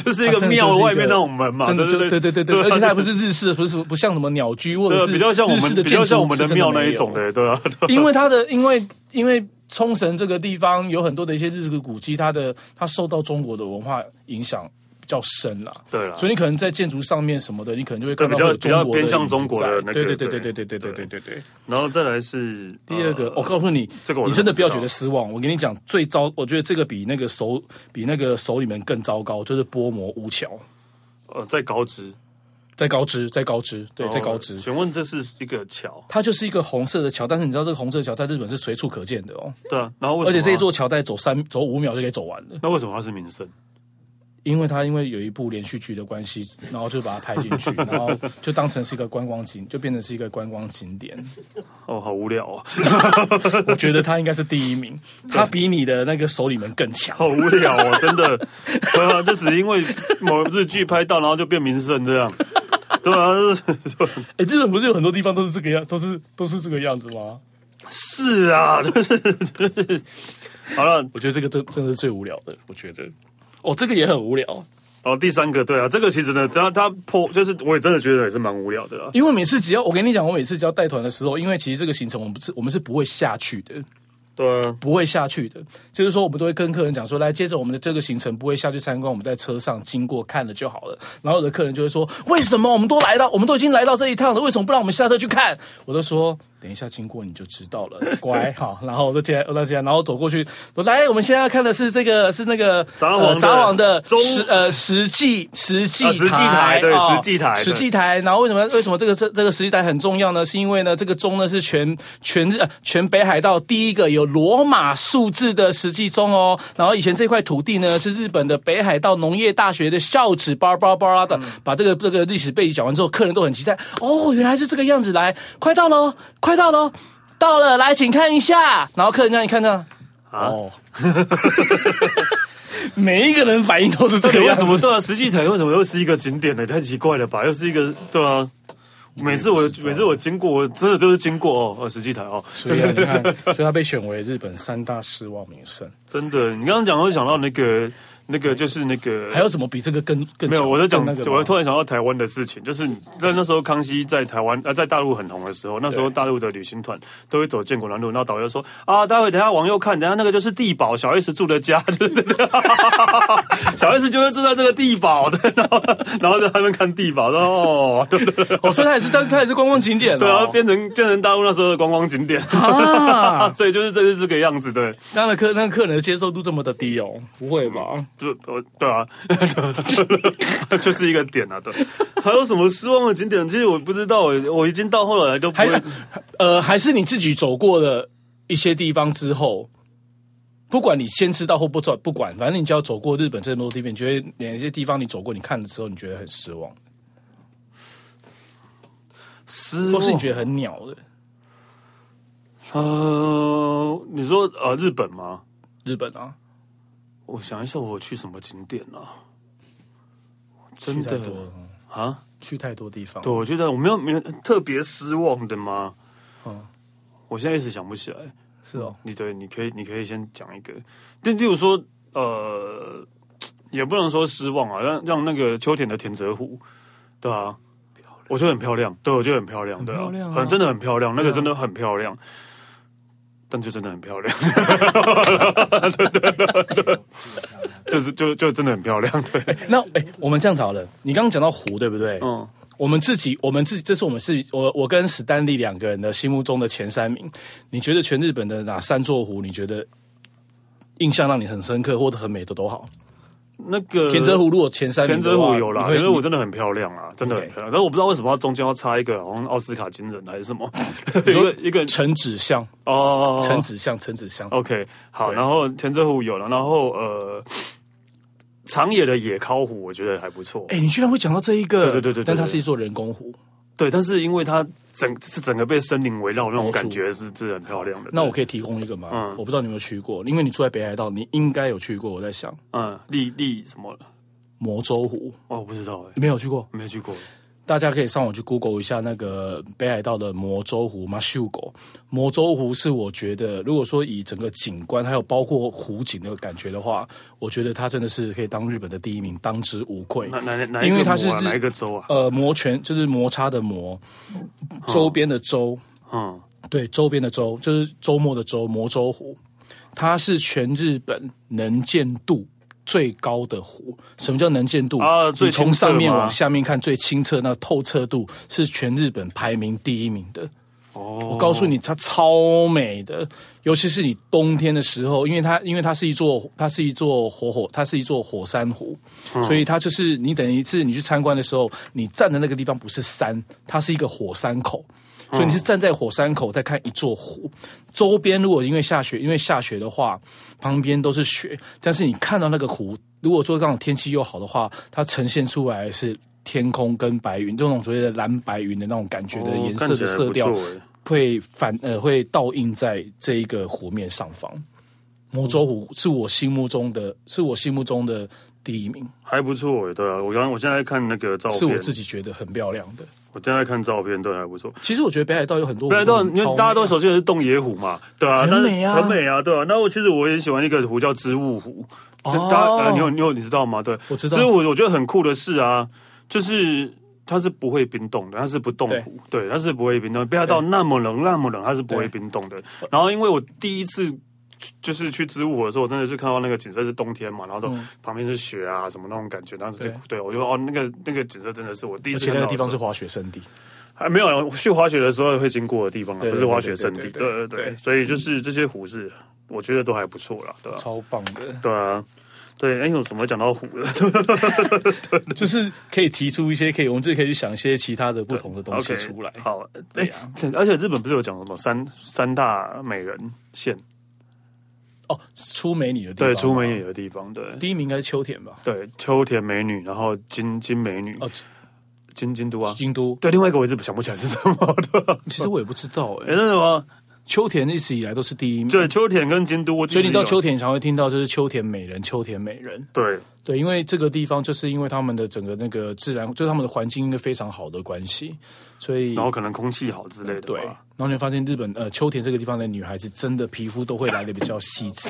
S1: 就是一
S2: 一
S1: 个庙外面那种门嘛，
S2: 真的
S1: 对
S2: 就
S1: 对
S2: 对对对对，
S1: 啊
S2: 而且它还不是日式，不是不像什么鸟居或
S1: 对
S2: 者
S1: 啊
S2: 是
S1: 比较像我
S2: 日式
S1: 们
S2: 的
S1: 比较像我们的
S2: 建筑
S1: 庙那一种，的，对啊，对啊
S2: 是真没有因为它的因为因为冲绳这个地方有很多的一些日式古迹，它的它受到中国的文化影响比较深啦。
S1: 对啊
S2: 所以你可能在建筑上面什么的，你可能就会
S1: 对
S2: 看到
S1: 比较
S2: 会有中国的
S1: 比较偏向中国的
S2: 影子
S1: 那个
S2: 在对
S1: 对
S2: 对对对对对对对对对。
S1: 然后再来是
S2: 第二个，
S1: 呃
S2: 我告诉你，
S1: 这个我
S2: 你真
S1: 真的
S2: 的
S1: 不
S2: 不要
S1: 知道
S2: 觉得失望。我跟你讲，最糟，我觉得这个比那个手比那个手里面更糟糕，就是波摩屋桥。
S1: 呃，在高知，
S2: 在高知，在高知，对，在高知
S1: 哦，请问这是一个桥？
S2: 它就是一个红色的桥，但是你知道这个红色的桥在日本是随处可见的哦，
S1: 对啊，然后为什
S2: 而
S1: 么
S2: 且这一座桥带走三走五秒就可以走完了，
S1: 那为什么它是名胜？
S2: 因为它因为有一部连续剧的关系，然后就把它拍进 去，然后就当成是一个观光景，就变成是一个观光景点。
S1: 哦，好无聊哦，
S2: 我觉得它应该是第一名，它比你的那个手里门更强。
S1: 好无聊哦，真的， 对啊，就只是因为某日剧拍到，然后就变名胜这样，对啊，就是
S2: 哎，日本不是有很多地方都是这个样，都是都是这个样子吗？
S1: 是啊，就是就是，好了，
S2: 我觉得这个真真的是最无聊的，我觉得。哦，这个也很无聊，
S1: 哦，第三个，对啊，这个其实呢，他他破，就是我也真的觉得也是蛮无聊的啊啦。
S2: 因为每次只要我跟你讲，我每次只要带团的时候，因为其实这个行程我们不是我们是不会下去的，
S1: 对啊，
S2: 不会下去的，就是说我们都会跟客人讲说，来，接着我们的这个行程不会下去参观，我们在车上经过看了就好了。然后有的客人就会说，为什么我们都来到，我们都已经来到这一趟了，为什么不让我们下车去看？我都说。等一下经过你就知道了， 乖好，然后我就进来，我就进来，然后走过去，我说来，我们现在要看的是这个，是那个
S1: 札幌
S2: 呃
S1: 的
S2: 札幌的
S1: 中
S2: 实呃实际哦实际哦
S1: 啊实际台对实际台
S2: 实
S1: 对
S2: 际台。然后为什么为什么这个这这个实际台很重要呢？是因为呢，这个钟呢是全全日呃全北海道第一个有罗马数字的实际钟哦。然后以前这块土地呢是日本的北海道农业大学的校址，巴拉巴拉巴拉的，
S1: 嗯
S2: 把这个这个历史背景讲完之后，客人都很期待哦，原来是这个样子，来，快到喽，快到喽。到了，来，请看一下。然后客人让你看到，
S1: 啊
S2: 哦，每一个人反应都是这
S1: 这
S2: 个
S1: 个为
S2: 样子
S1: 什。么对啊？实际台为什么又是一个景点呢？太奇怪了吧？又是一个对啊。每次我每次我经过，我真的都是经过哦，呃，实际台哦，
S2: 所以啊，你看，所以他被选为日本三大失望名胜。
S1: 真的。你刚刚讲，我想到那个那个，就是那个
S2: 还有什么比这个更更
S1: 没有，
S2: 强
S1: 我在讲
S2: 更那，个
S1: 我
S2: 吗？
S1: 突然想到台湾的事情，就是在那时候康熙在台湾呃在大陆很红的时候，那时候大陆的旅行团都会走建国南路，然后导游说啊，待会等一下往右看，等一下那个就是地堡，小 S 住的家， 对对对，小 S 就会住在这个地堡的，然后然后在他们看地堡，然后哦，对对对
S2: 哦，所以它也是，但它也是观光景点、哦。
S1: 对啊，变成变成大陆那时候的观光景点，
S2: 啊，
S1: 所以就是这是这个样子，对，
S2: 那个客那个客人的接受度这么的低哦，不会吧？
S1: 就呃对啊， 就是一个点啊，对。还有什么失望的景点？其实我不知道，我我已经到后来都不
S2: 还
S1: 会。
S2: 呃，还是你自己走过的一些地方之后，不管你先知道或不知道，不管，反正你只要走过日本这么多地方，你觉得哪些地方你走过，你看了之后你觉得很失望，
S1: 失
S2: 或
S1: 望
S2: 是你觉得很鸟的
S1: 呃，你说呃日本吗？
S2: 日本啊，
S1: 我想一下，我去什么景点啊？真
S2: 去太
S1: 的
S2: 多了
S1: 啊？
S2: 去太多地方
S1: 对，，我觉得我没有没有特别失望的吗？
S2: 嗯
S1: 我现在一时想不起来。
S2: 是哦，
S1: 你对，你可以，你可以先讲一个。就例如说，呃，也不能说失望啊，让让那个秋田的田泽湖，对啊，我觉得很漂亮，对，我觉得很漂亮，对
S2: 漂亮啊
S1: 很真的很漂亮，那个真的很漂亮，但就真的很漂亮，就是就就真的很漂亮，对，
S2: 那哎、我们这样子好了，你刚刚讲到湖对不对？
S1: 嗯，
S2: 我们自己，我们自己，这是我们是我我跟史丹利两个人的心目中的前三名。你觉得全日本的哪三座湖？你觉得印象让你很深刻或者很美的都好。
S1: 那个
S2: 田泽。湖如果前三名
S1: 呃田
S2: 的话，
S1: 泽湖有啦，
S2: 你会
S1: 田泽湖真的很漂亮啊，真的很
S2: OK
S1: 漂亮。但是我不知道为什么它中间要插一个好像奥斯卡金人还是什么， 一个一个
S2: 橙子巷，
S1: 哦，
S2: 橙子巷，橙子巷。
S1: OK，好，然后田泽湖有了，然后呃，长野的野尻湖我觉得还不错，
S2: 哎、你居然会讲到这一个？
S1: 对对对对对
S2: 但它是一座人工湖。
S1: 对，但是因为它整是整个被森林围绕，那种
S2: 好处
S1: 感觉是是很漂亮的。
S2: 那我
S1: 对
S2: 可以提供一个吗？
S1: 嗯
S2: 我不知道你有没有去过，因为你住在北海道，你应该有去过。我在想，
S1: 嗯，立立什么？
S2: 魔州湖
S1: 哦，我不知道哎、
S2: 你没有去过？
S1: 没去过。
S2: 大家可以上网去 Google 一下那个北海道的魔州湖马秀狗。魔州湖是我觉得，如果说以整个景观还有包括湖景的感觉的话，我觉得它真的是可以当日本的第一名，当之无愧。
S1: 哪哪哪一
S2: 因
S1: 个国
S2: 为它
S1: 啊？
S2: 是日
S1: 哪一个州啊？
S2: 呃，摩拳就是摩擦的摩，周边的周，
S1: 嗯，
S2: 对，周边的周就是周末的周，魔州湖，它是全日本能见度最高的湖。什么叫能见度
S1: 啊最
S2: 你从
S1: 清澈
S2: 上面
S1: 吗
S2: 往下面看，最清澈，那透彻度是全日本排名第一名的。
S1: 哦，
S2: 我告诉你，它超美的，尤其是你冬天的时候，因为它因为它是一座它是一座活火它是一座火山湖，
S1: 嗯
S2: 所以它就是你等于是你去参观的时候，你站的那个地方不是山，它是一个火山口。
S1: 嗯
S2: 所以你是站在火山口在看一座湖，周边如果因为下雪，因为下雪的话，旁边都是雪，但是你看到那个湖，如果说刚好天气又好的话，它呈现出来是天空跟白云，这种所谓的蓝白云的那种感觉的颜色的色调
S1: 哦看，起来不错欸
S2: 会反呃会倒映在这一个湖面上方。魔州湖
S1: 嗯
S2: 是我心目中的，是我心目中的第一名，
S1: 还不错哎，对啊，我刚我现在在看那个照片，
S2: 是我自己觉得很漂亮的。
S1: 我现在在看照片，对，还不错。
S2: 其实我觉得北海道有很多湖，
S1: 北海道，因
S2: 超美
S1: 为
S2: 啊
S1: 大家都熟悉的是洞爷湖嘛，对啊，
S2: 很
S1: 但是
S2: 美啊
S1: 很美啊，对啊。那我其实我也喜欢一个湖叫织物湖，
S2: 哦
S1: 大家、呃、你有你有你知道吗？对，
S2: 我知道
S1: 织物湖我觉得很酷的是啊，就是它是不会冰冻的，它是不冻湖，对，它是不会冰冻。北海道那么冷，那么冷，它是不会冰冻的。然后因为我第一次。就是去织物湖的时候，我真的是看到那个景色是冬天嘛，然后都旁边是雪啊，什么那种感觉，当时就
S2: 嗯对
S1: 对我就哦，那个那个景色真的是我第一
S2: 而
S1: 次
S2: 且
S1: 看
S2: 那
S1: 到
S2: 个
S1: 的
S2: 地方
S1: 时
S2: 是
S1: 候
S2: 滑雪胜地。
S1: 还没有去滑雪的时候会经过的地方啊，
S2: 对
S1: 不是滑雪圣地。
S2: 对
S1: 对对
S2: 对对
S1: 对，
S2: 对嗯
S1: 所以就是这些湖是，我觉得都还不错啦，对吧、
S2: 超棒的，
S1: 对啊，对，哎，我怎么讲到湖了
S2: 就是可以提出一些可以，我们自己可以去想一些其他的不同的东 西
S1: ？OK，
S2: 出来。
S1: 好，
S2: 对啊
S1: 哎
S2: 呀、
S1: 而且日本不是有讲什么三三大美人线？
S2: 哦，出美女的地方，
S1: 对，出门也。有地方，对
S2: 第一名应该是秋田吧？
S1: 对，秋田美女，然后金金美女，
S2: 哦，
S1: 金京都啊。
S2: 京都。
S1: 对，另外一个我一直想不起来是什么 的，
S2: 其实我也不知道哎、
S1: 哎，那什么？
S2: 秋田一直以来都是第一名。
S1: 对，秋田跟京都，我
S2: 所以你到秋
S1: 田，
S2: 田常会听到就是秋田美人，秋田美人，
S1: 对，
S2: 对，因为这个地方就是因为他们的整个那个自然，就是他们的环境应该非常好的关系，所以
S1: 然后可能空气好之类的吧，
S2: 对，然后你会发现日本呃秋田这个地方的女孩子真的皮肤都会来的比较细致，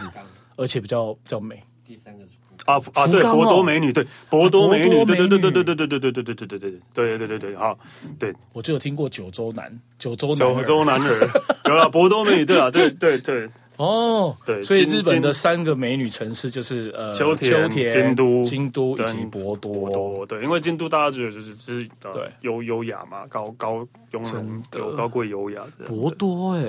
S2: 而且比较比较美。
S3: 第三个是福冈
S1: 啊啊，对，
S2: 福冈哦
S1: 博多美女，对，博多美女，
S2: 啊博
S1: 对对
S2: 多美女
S1: 对对对对对对对对对对对对对对对对对，好，对，
S2: 我只有听过九州男，九州男儿，
S1: 九州男 儿，有了博多美女，对啊，对对对，
S2: 哦，
S1: 对
S2: 所以
S1: 京
S2: 日本
S1: 京
S2: 的三个美女城市就是呃
S1: 秋田京
S2: 京
S1: 都
S2: 京都以及
S1: 跟
S2: 博
S1: 博
S2: 多，
S1: 多，对，因为京都大家觉得就是就是呃
S2: 对
S1: 优优雅嘛，高高雍容
S2: 真，的
S1: 有高贵优雅的，
S2: 博多哎、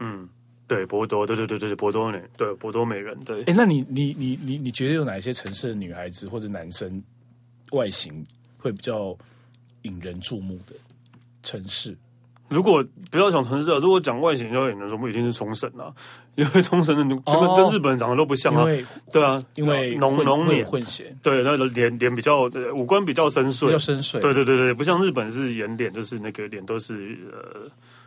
S1: 嗯，对，博多，对对对对对，博多美，对，博多美人，对
S2: 哎、，那你你你你你觉得有哪些城市的女孩子或者男生外形会比较引人注目的城市？
S1: 如果不要讲城市啊，如果讲外形，就有人说一定是冲绳啊， 因为冲绳的女这个
S2: 哦
S1: 跟日本人长得都不像
S2: 因
S1: 啊，
S2: 为
S1: 对啊，
S2: 因为
S1: 浓
S2: 混
S1: 浓
S2: 会有
S1: 脸。
S2: 混血
S1: 对，那个脸脸比较呃五官比较深邃，
S2: 比较深邃，
S1: 对对对对，不像日本是圆脸，就是那个脸都是呃，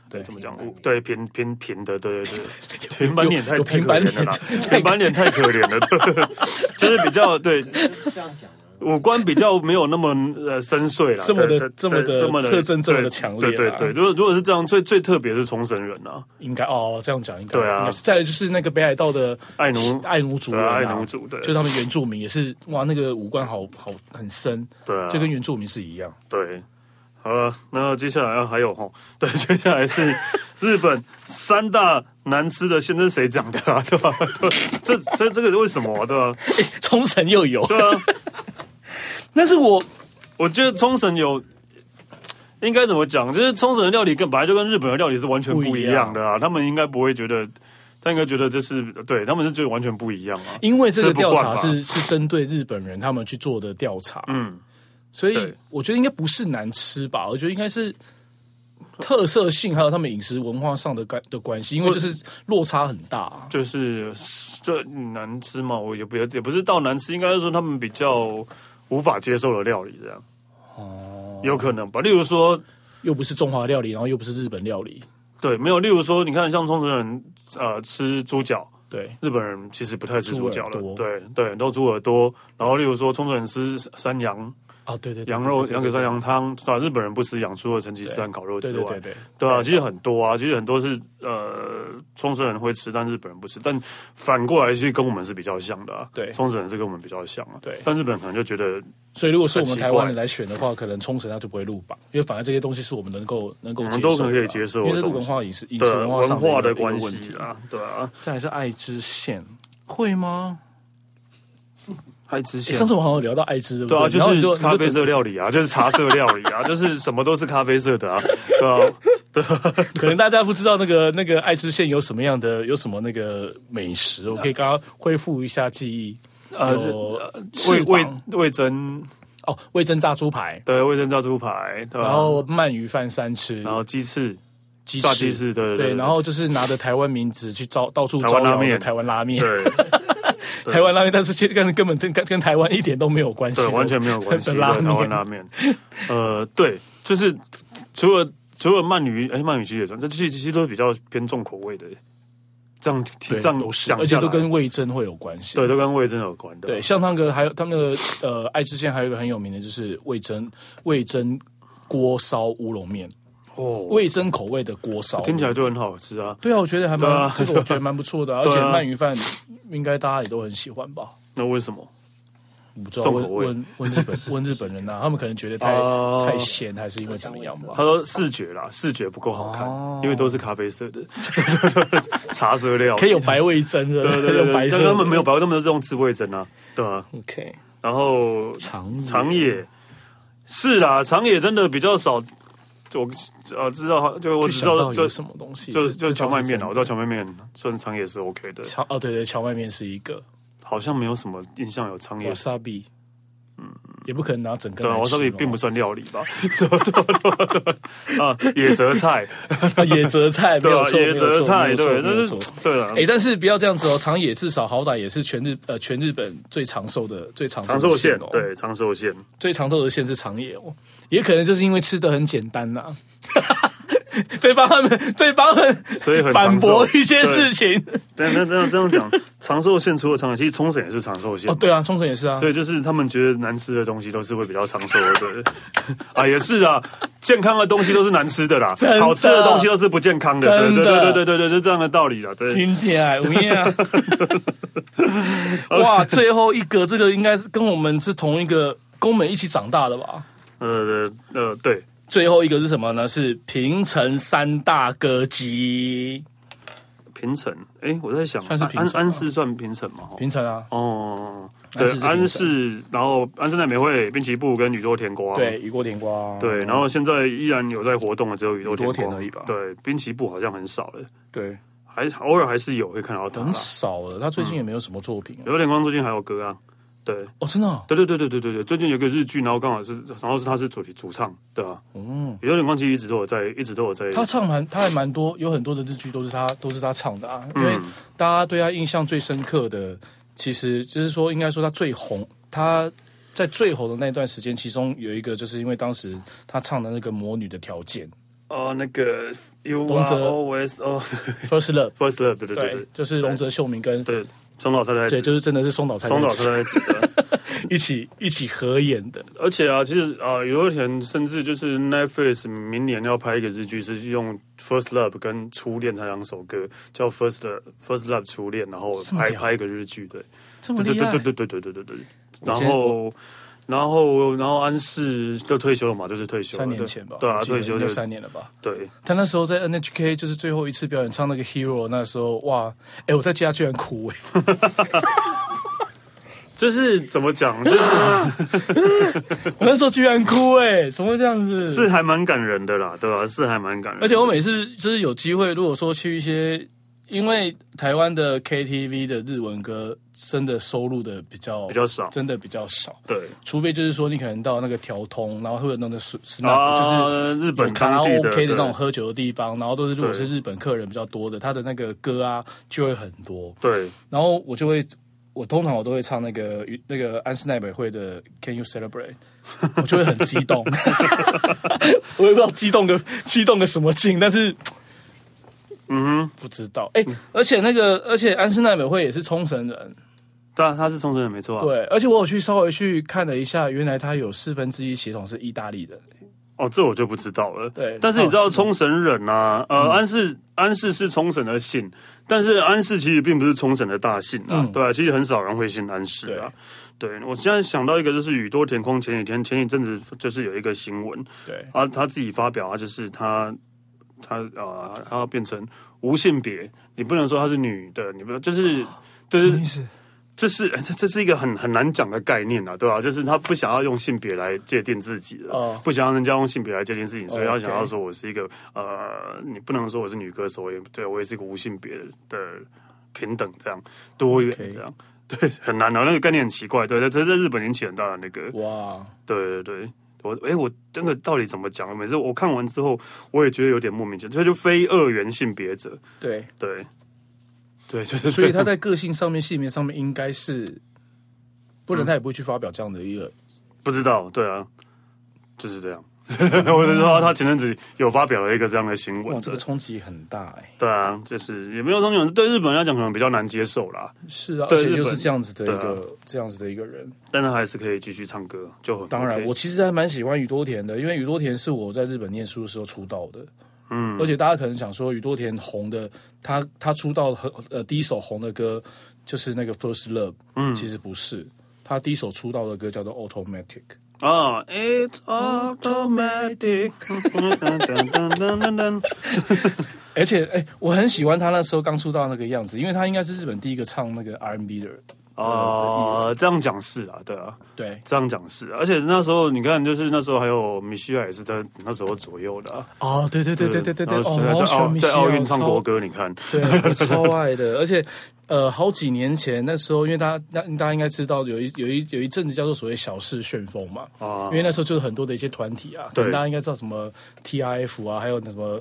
S2: 对
S1: 怎么
S2: 对
S1: 讲
S3: 平板？脸
S1: 对，平平平的，对对对，平板脸太
S2: 有
S1: 太
S2: 平
S1: 可
S2: 板
S1: 怜了啦，平板脸太可怜了，对， 就是比较对
S3: 就是这样讲啊，
S1: 五官比较没有那么呃深邃了，
S2: 这么的
S1: 对对
S2: 这么的
S1: 对
S2: 特征这么的
S1: 对
S2: 强烈
S1: 对
S2: 啊
S1: 对对。如果如果是这样，最最特别是冲绳人啊，
S2: 应该哦这样讲应该
S1: 对啊
S2: 应该是再来就是那个北海道的
S1: 爱奴
S2: 爱奴族
S1: 对
S2: 人、
S1: 啊
S2: 啊，
S1: 爱奴族，对
S2: 就是他们原住民也是哇，那个五官好好很深，
S1: 对啊，
S2: 就跟原住民是一样。
S1: 对，好了，那接下来啊还有哈， 对，接下来是日本三大难吃的，先生谁讲的啊？对 吧？对，这所以这个是为什么、啊？对吧？
S2: 诶冲绳又有，
S1: 对 啊，
S2: 但是我
S1: 我觉得冲绳有。应该怎么讲？就是冲绳的料理跟本来就跟日本的料理是完全不一样的啊，他们应该不会觉得，他应该觉得这是对，他们是觉得完全不一样啊。
S2: 因为这
S1: 吃
S2: 个
S1: 不
S2: 调
S1: 惯
S2: 查
S1: 吧
S2: 是是针对日本人他们去做的调查，
S1: 嗯，
S2: 所以
S1: 对
S2: 我觉得应该不是难吃吧，我觉得应该是。特色性还有他们饮食文化上的关的关系，因为就是落差很大、啊
S1: 就是这难吃嘛，我也不也不是到难吃，应该是说他们比较无法接受的料理这样。哦，有可能吧。例如说，
S2: 又不是中华料理，然后又不是日本料理，
S1: 对，没有。例如说，你看像冲绳人呃吃猪脚，
S2: 对，
S1: 日本人其实不太吃猪脚
S2: 猪
S1: 了，
S2: 耳朵
S1: 对对，都猪耳朵。然后例如说，冲绳人吃山羊
S2: 啊，对对对，
S1: 羊肉
S2: 对
S1: 羊给山，羊汤，对吧？日本人不吃羊，除了成吉思汗烤肉
S2: 对
S1: 之
S2: 对
S1: 外
S2: 对，对对，
S1: 对啊，其实很多啊，其实很多是呃，冲绳人会吃，但日本人不吃。但反过来，其实跟我们是比较像的、啊。
S2: 对
S1: 冲绳人是跟我们比较像啊。
S2: 对
S1: 但日本可能就觉得
S2: 所以如果是我
S1: 很
S2: 们
S1: 奇
S2: 台湾人
S1: 怪
S2: 来选的话，可能冲绳它就不会入榜，因为反而这些东西是我们能够能够
S1: 我
S2: 接
S1: 们
S2: 受
S1: 都
S2: 的啊
S1: 可以接受的
S2: 因为这是
S1: 东
S2: 文
S1: 西
S2: 化饮食饮
S1: 对啊
S2: 食文化
S1: 文
S2: 上的一
S1: 化
S2: 个
S1: 的关
S2: 一个问
S1: 系
S2: 题。
S1: 啊，对啊，
S2: 再来是爱知县，会吗？
S1: 还之
S2: 诶
S1: 前
S2: 欸上次我们好像有聊到爱知，对不
S1: 对啊，
S2: 对？
S1: 就
S2: 然后你
S1: 是咖啡
S2: 你就
S1: 色料理啊，就是茶色料理啊，就是什么都是咖啡色的啊，对啊，
S2: 可能大家不知道那个那个爱知县有什么样的有什么那个美 食，我可以刚刚恢复一下记忆。
S1: 呃
S2: 有
S1: 味
S2: 翅
S1: 味
S2: 膀
S1: 味增
S2: 哦，味噌炸猪排，
S1: 对味增炸猪排，对吧？啊
S2: 然后鳗鱼饭三吃，
S1: 然后鸡翅
S2: 鸡
S1: 炸鸡翅，对
S2: 对，然后就是拿着台湾名字去招到处
S1: 台湾
S2: 招
S1: 拉
S2: 摇的
S1: 面
S2: 台湾拉面，
S1: 对
S2: 台湾拉面，但是其实跟根本跟跟台湾一点都没有关系
S1: 对
S2: 的，
S1: 完全没有关系，
S2: 的
S1: 对
S2: 拉
S1: 台湾
S2: 面。
S1: 拉面， 呃，对，就是除了除了鳗鱼，哎，鳗鱼其实也算，这其实其实都是比较偏重口味的。这样提
S2: 对
S1: 这样
S2: 都是，
S1: 讲
S2: 而且
S1: 下
S2: 都
S1: 来，
S2: 跟味噌会有关系。
S1: 对都跟味增有关的。
S2: 对，像那个还有他们的呃爱知县还有一个很有名的就是味噌味噌锅烧乌龙面，
S1: 哦，
S2: 味噌口味的锅烧，
S1: 听起来就很好吃啊。
S2: 对啊，我觉得还蛮、
S1: 对啊
S2: 这个我觉得蛮不错的啊、而
S1: 对
S2: 且
S1: 啊
S2: 鳗鱼饭应该大家也都很喜欢吧。
S1: 那为什么？
S2: 我不知道
S1: 重口
S2: 问
S1: 味
S2: 问问日 本问日本人呐、啊他们可能觉得太、
S1: 哦
S2: 太咸，还是因为怎么样吧？
S1: 他说视觉啦，视觉不够好看，
S2: 啊哦
S1: 因为都是咖啡色的 茶色料，
S2: 可以有白味噌的，
S1: 对对 对
S2: 有白
S1: 对，
S2: 色
S1: 但
S2: 的，
S1: 他们没有白，他们都是用自味针啊，对啊。
S2: OK
S1: 然后
S2: 长
S1: 长野是啦，长野真的比较少，我呃知道，就我
S2: 我
S1: 只
S2: 知
S1: 知道
S2: 道
S1: 就
S2: 有什么东西，
S1: 就
S2: 这
S1: 就荞麦面啊啦，我知。
S2: 这倒
S1: 道
S2: 是真的
S1: 荞麦面算长野是 OK 的，
S2: 荞哦对对，荞麦面是一个
S1: 好像没有什么印象有长野
S2: wasabi，也不可能拿整
S1: 嗯
S2: 个
S1: 对啊，
S2: 来
S1: 我
S2: 吃
S1: 这
S2: 嘛。
S1: 里并不算料理吧，对啊对啊对啊对啊，啊野泽 菜，
S2: 啊野泽菜，没
S1: 对
S2: 有
S1: 啊，
S2: 错，
S1: 野泽菜，对，
S2: 但
S1: 但
S2: 是
S1: 是对啊了
S2: 哎，，但是不要这样子哦，长野至少好歹也是全日呃全日本最长寿的最长
S1: 长
S2: 寿
S1: 寿
S2: 的
S1: 县
S2: 哦，，
S1: 对，长寿县，
S2: 最长寿的县是长野哦，也可能就是因为吃的很简单呐、 对方他们，对方们
S1: 所以很
S2: 反
S1: 长寿
S2: 驳一些事情。
S1: 但那那这样讲，长寿县除了长野，其实冲绳也是长寿县
S2: 哦，。对啊，冲绳也是啊
S1: 所，以就是他们觉得难吃的东西都是会比较长寿的，对啊，也是啊，健康的东西都是难吃的啦，
S2: 的
S1: 好吃的东西都是不健康的，对
S2: 真
S1: 对对
S2: 的
S1: 对对对，就这样的道理啦，对，
S2: 听起来午夜 啊，哇，最后一个这个应该是跟我们是同一个，跟我们一起长大的吧？
S1: 呃呃对，
S2: 最后一个是什么呢？是平成三大歌姬，
S1: 平城，哎，我在想，
S2: 算是
S1: 安
S2: 平城吧
S1: 安安市算平城嘛？吼
S2: 平成啊，
S1: 哦，
S2: 安
S1: 对
S2: 室是，平
S1: 安
S2: 城
S1: 市，然后安室奈美惠、滨崎步跟宇多田光，
S2: 对，雨过甜瓜，
S1: 对，然后现在依然有在活动的只有宇多田
S2: 宇多
S1: 光
S2: 田而已吧
S1: 对，滨崎步好像很少了，
S2: 对，
S1: 还偶尔还是有会看到他啦
S2: 很。少了，他最近也没有什么作品啊
S1: 宇多田光最近还有歌啊，对。
S2: 哦，真的啊，
S1: 对对对对对对对，最近有个日剧，然后刚好是，然后是他是主题主唱，对啊，
S2: 嗯。
S1: 宇多田光其实一直都有在，一直都有在，
S2: 他唱蛮，他还蛮多，有很多的日剧都是他都是他唱的啊。
S1: 嗯
S2: 因为大家对他印象最深刻的，其实就是说，应该说他最红，他在最红的那段时间，其中有一个就是因为当时他唱的那个《魔女的条件
S1: 哦那个 You
S2: 龙
S1: Are
S2: 泽
S1: Always 哦
S2: First Love》，
S1: First Love，对对对
S2: 对
S1: 对，
S2: 就是龙泽秀明跟
S1: 对，松岛菜菜
S2: 对，
S1: 子，
S2: 就是真的是松岛菜
S1: 松岛
S2: 菜
S1: 菜
S2: 子
S1: 菜子，对
S2: 一起一起合演的。
S1: 而且啊，其实啊，宇多田甚至就是呃 Netflix 明年要拍一个日剧，是用 First Love 跟初恋这两首歌，叫 First Love First Love 初恋，然后
S2: 么
S1: 拍
S2: 屌
S1: 拍一个日剧，对。
S2: 这么
S1: 对
S2: 厉害，
S1: 对对对对对对对对。然
S2: 今天
S1: 后，然后，然后安室就退休了嘛，就是退休了
S2: 三年
S1: 对
S2: 前吧，
S1: 对啊，
S2: 我记得
S1: 退休
S2: 应该
S1: 就
S2: 三年了吧。
S1: 对，
S2: 他那时候在 NHK 就是最后一次表演唱那个 Hero，那时候哇，哎、我在家居然哭哎、
S1: 就是怎么讲，就是
S2: 我那时候居然哭哎、怎么会这样子？
S1: 是还蛮感人的 啦，对吧、是还蛮感人的，
S2: 而且我每次就是有机会，如果说去一些，因为台湾的 KTV 的日文歌真的收录的比较
S1: 比较少，
S2: 真的比较少，
S1: 对
S2: 除非就是说你可能到那个调通，然后会有那个是是那个就是。
S1: 啊，日
S2: 有
S1: 本
S2: 卡拉
S1: 当地的
S2: OK 的那种
S1: 对
S2: 喝酒的地方，然后都是如果是
S1: 对
S2: 日本客人比较多的，他的那个歌啊就会很多。
S1: 对
S2: 然后我就会，我通常我都会唱那个那个安室奈美惠的《Can You Celebrate》，我就会很激动， 我也不知道激动个激动个什么劲，但是
S1: 嗯哼，
S2: 不知道。哎、而且那个，而且安室奈美惠也是冲绳人，
S1: 对啊，他是冲绳人没错啊，
S2: 对，而且我有去稍微去看了一下，原来他有四分之一血统是意大利人，
S1: 哦，这我就不知道了，
S2: 对嗯
S1: 但是你知
S2: 哦
S1: 道
S2: 是
S1: 冲绳人啊，呃，安室安室是冲绳的姓，但是安室其实并不是冲绳的大姓啊，
S2: 嗯
S1: 对啊，其实很少人会姓安室啊。对，我现在想到一个，就是宇多田光前几天前一阵子就是有一个新闻，
S2: 对，
S1: 他他自己发表啊，就是他他啊、他要变成无性别，你不能说她是女的，你不能就是就
S2: 什
S1: 是
S2: 么意思？
S1: 这是 这这是一个很很难讲的概念啊，对吧、就是他不想要用性别来界定自己的，
S2: 哦
S1: 不想让人家用性别来界定自己，所以
S2: 哦
S1: 他
S2: ，OK
S1: 想要说我是一个、呃，你不能说我是女歌手，我也对我也是一个无性别的平等这样多元
S2: OK
S1: 这样。 对，很难哦，那个概念很奇怪，对，这在日本引起很大的那个
S2: 哇，
S1: 对对对，我哎、我那个到底怎么讲？每次我看完之后，我也觉得有点莫名其妙，这就非二元性别者，
S2: 对，
S1: 对，对， 就是
S2: 所以他在个性上面、性别上面应该是，不然他也不会去发表这样的一个。
S1: 不知道，对啊，就是这样。 我只知道他前阵子有发表了一个这样的新
S2: 哇，
S1: 闻，
S2: 这个冲击很大哎、
S1: 对啊，就是也没有说那种对日本人来讲可能比较难接受啦，
S2: 是啊，而
S1: 对
S2: 且
S1: 日
S2: 就
S1: 本
S2: 是这样子的一
S1: 对
S2: 个、这样子的一个人。
S1: 但他还是可以继续唱歌，就很
S2: 当然，
S1: OK
S2: 我其实还蛮喜欢宇多田的，因为宇多田是我在日本念书的时候出道的。
S1: 嗯，
S2: 而且大家可能想说，宇多田红的，他他出道很呃第一首红的歌就是那个 First Love，嗯，其实不是，他第一首出道的歌叫做 Automatic。
S1: 啊，It's automatic，
S2: 而且，哎、我很喜欢他那时候刚出道那个样子，因为他应该是日本第一个唱那个 R&B 的人。
S1: 哦，这样讲是啊，对啊，
S2: 对，
S1: 这样讲是啊，而且那时候你看，就是那时候还有米西亚也是在那时候左右的啊、
S2: 哦，对对对对对对对，
S1: 然后
S2: 哦，
S1: 在
S2: 我好喜
S1: 在
S2: 欢
S1: 奥
S2: 米
S1: 在
S2: 歇
S1: 奥
S2: 尔
S1: 运唱国，歌，你看，
S2: 超对，我超爱的。而且，呃，好几年前那时候，因为大家大大家应该知道，有一有一有一阵子叫做所谓小事旋风嘛，
S1: 啊
S2: 因为那时候就是很多的一些团体啊，可能
S1: 对
S2: 大家应该知道什么 TRF 啊，还有那什么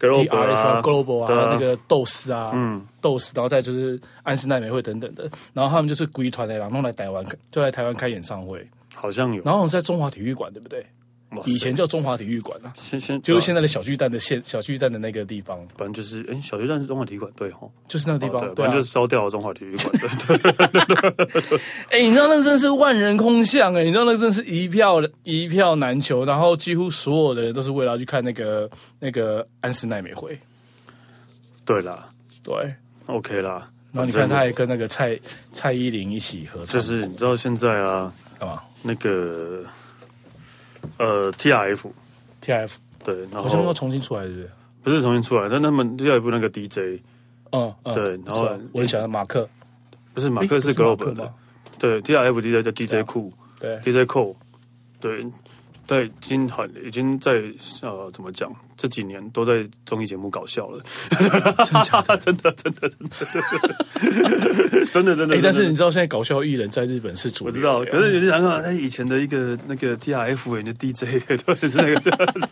S1: Global
S2: TRF
S1: 啊嗯
S2: 啊、Global
S1: 对
S2: 啊、那个豆丝啊、豆丝，然后再就是安室奈美惠等等的，然后他们就是归团的，然后来台湾就来台湾开演唱会，
S1: 好像有，啊
S2: 然后好像是在中华体育馆，对不对？
S1: 哇塞
S2: 以前叫中华体育馆啊，
S1: 先先
S2: 就是现
S1: 在，
S2: 在的小巨蛋的现小巨蛋的那个地方，
S1: 反正就是哎，小学站是中华体育馆对吼，
S2: 就是那个地
S1: 哦对，
S2: 方，
S1: 反
S2: 对啊
S1: 正就是。烧掉了中华体育馆，对 对
S2: 哎，你知道那真是万人空巷哎，你知道那真是一票一票难求，然后几乎所有的人都是为了要去看那个那个安室奈美惠，
S1: 对啦
S2: 对。
S1: ，OK 啦。
S2: 然后你看，他还跟那个蔡蔡依林一起合
S1: 就
S2: 唱，
S1: 是你知道现在啊，
S2: 干嘛
S1: 那个呃 TRF
S2: ？TF
S1: 对，然
S2: 好像要
S1: 后
S2: 重新出来，对不对？
S1: 不是重新出来，但他们第二部那个 DJ
S2: 嗯，嗯
S1: 对然后
S2: 是啊我很喜欢马克，
S1: 不是马
S2: 诶
S1: 克
S2: 不
S1: 是
S2: 是
S1: Global
S2: 马克
S1: 的
S2: 吗，
S1: 对 TRF DJ 叫 DJ 酷。
S2: 对啊
S1: DJ Cole，对，在已经很已经在呃怎么讲，这几年都在综艺节目搞笑 了，真的 真的真的真的真的真的
S2: 哎，但是
S1: 真
S2: 你
S1: 的
S2: 知道现在搞笑艺人在日本是主
S1: 我
S2: 流的，
S1: 知道，可是你就想想，他哎以前的一个那个 T R F 的 D J，对，是那个，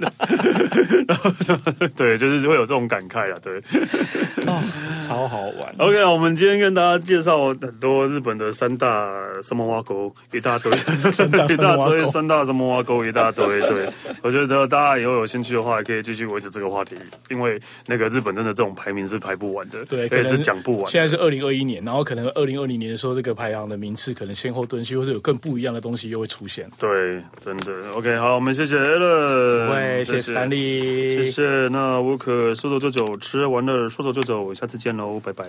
S1: 然后对，就是会有这种感慨啊，对。
S2: 超好玩。
S1: OK，我们今天跟大家介绍很多日本的三大什么挖沟，一大堆， 一大堆，三大什么挖沟，一大堆。对， 我觉得大家以后有兴趣的话，也可以继续维持这个话题，因为那个日本真的这种排名是排不完的，
S2: 对，
S1: 也
S2: 可
S1: 是
S2: 能
S1: 讲不完
S2: 现
S1: 的。
S2: 在是二零二一年，然后可能二零二零年的时候，这个排行的名次可能先后顿去，或者有更不一样的东西又会出现。
S1: 对，真的。OK，好，我们谢谢 a l
S2: 喂，谢谢斯丹利，
S1: 谢谢。那我可说走就走，吃完了说走就走，下次见喽，拜拜。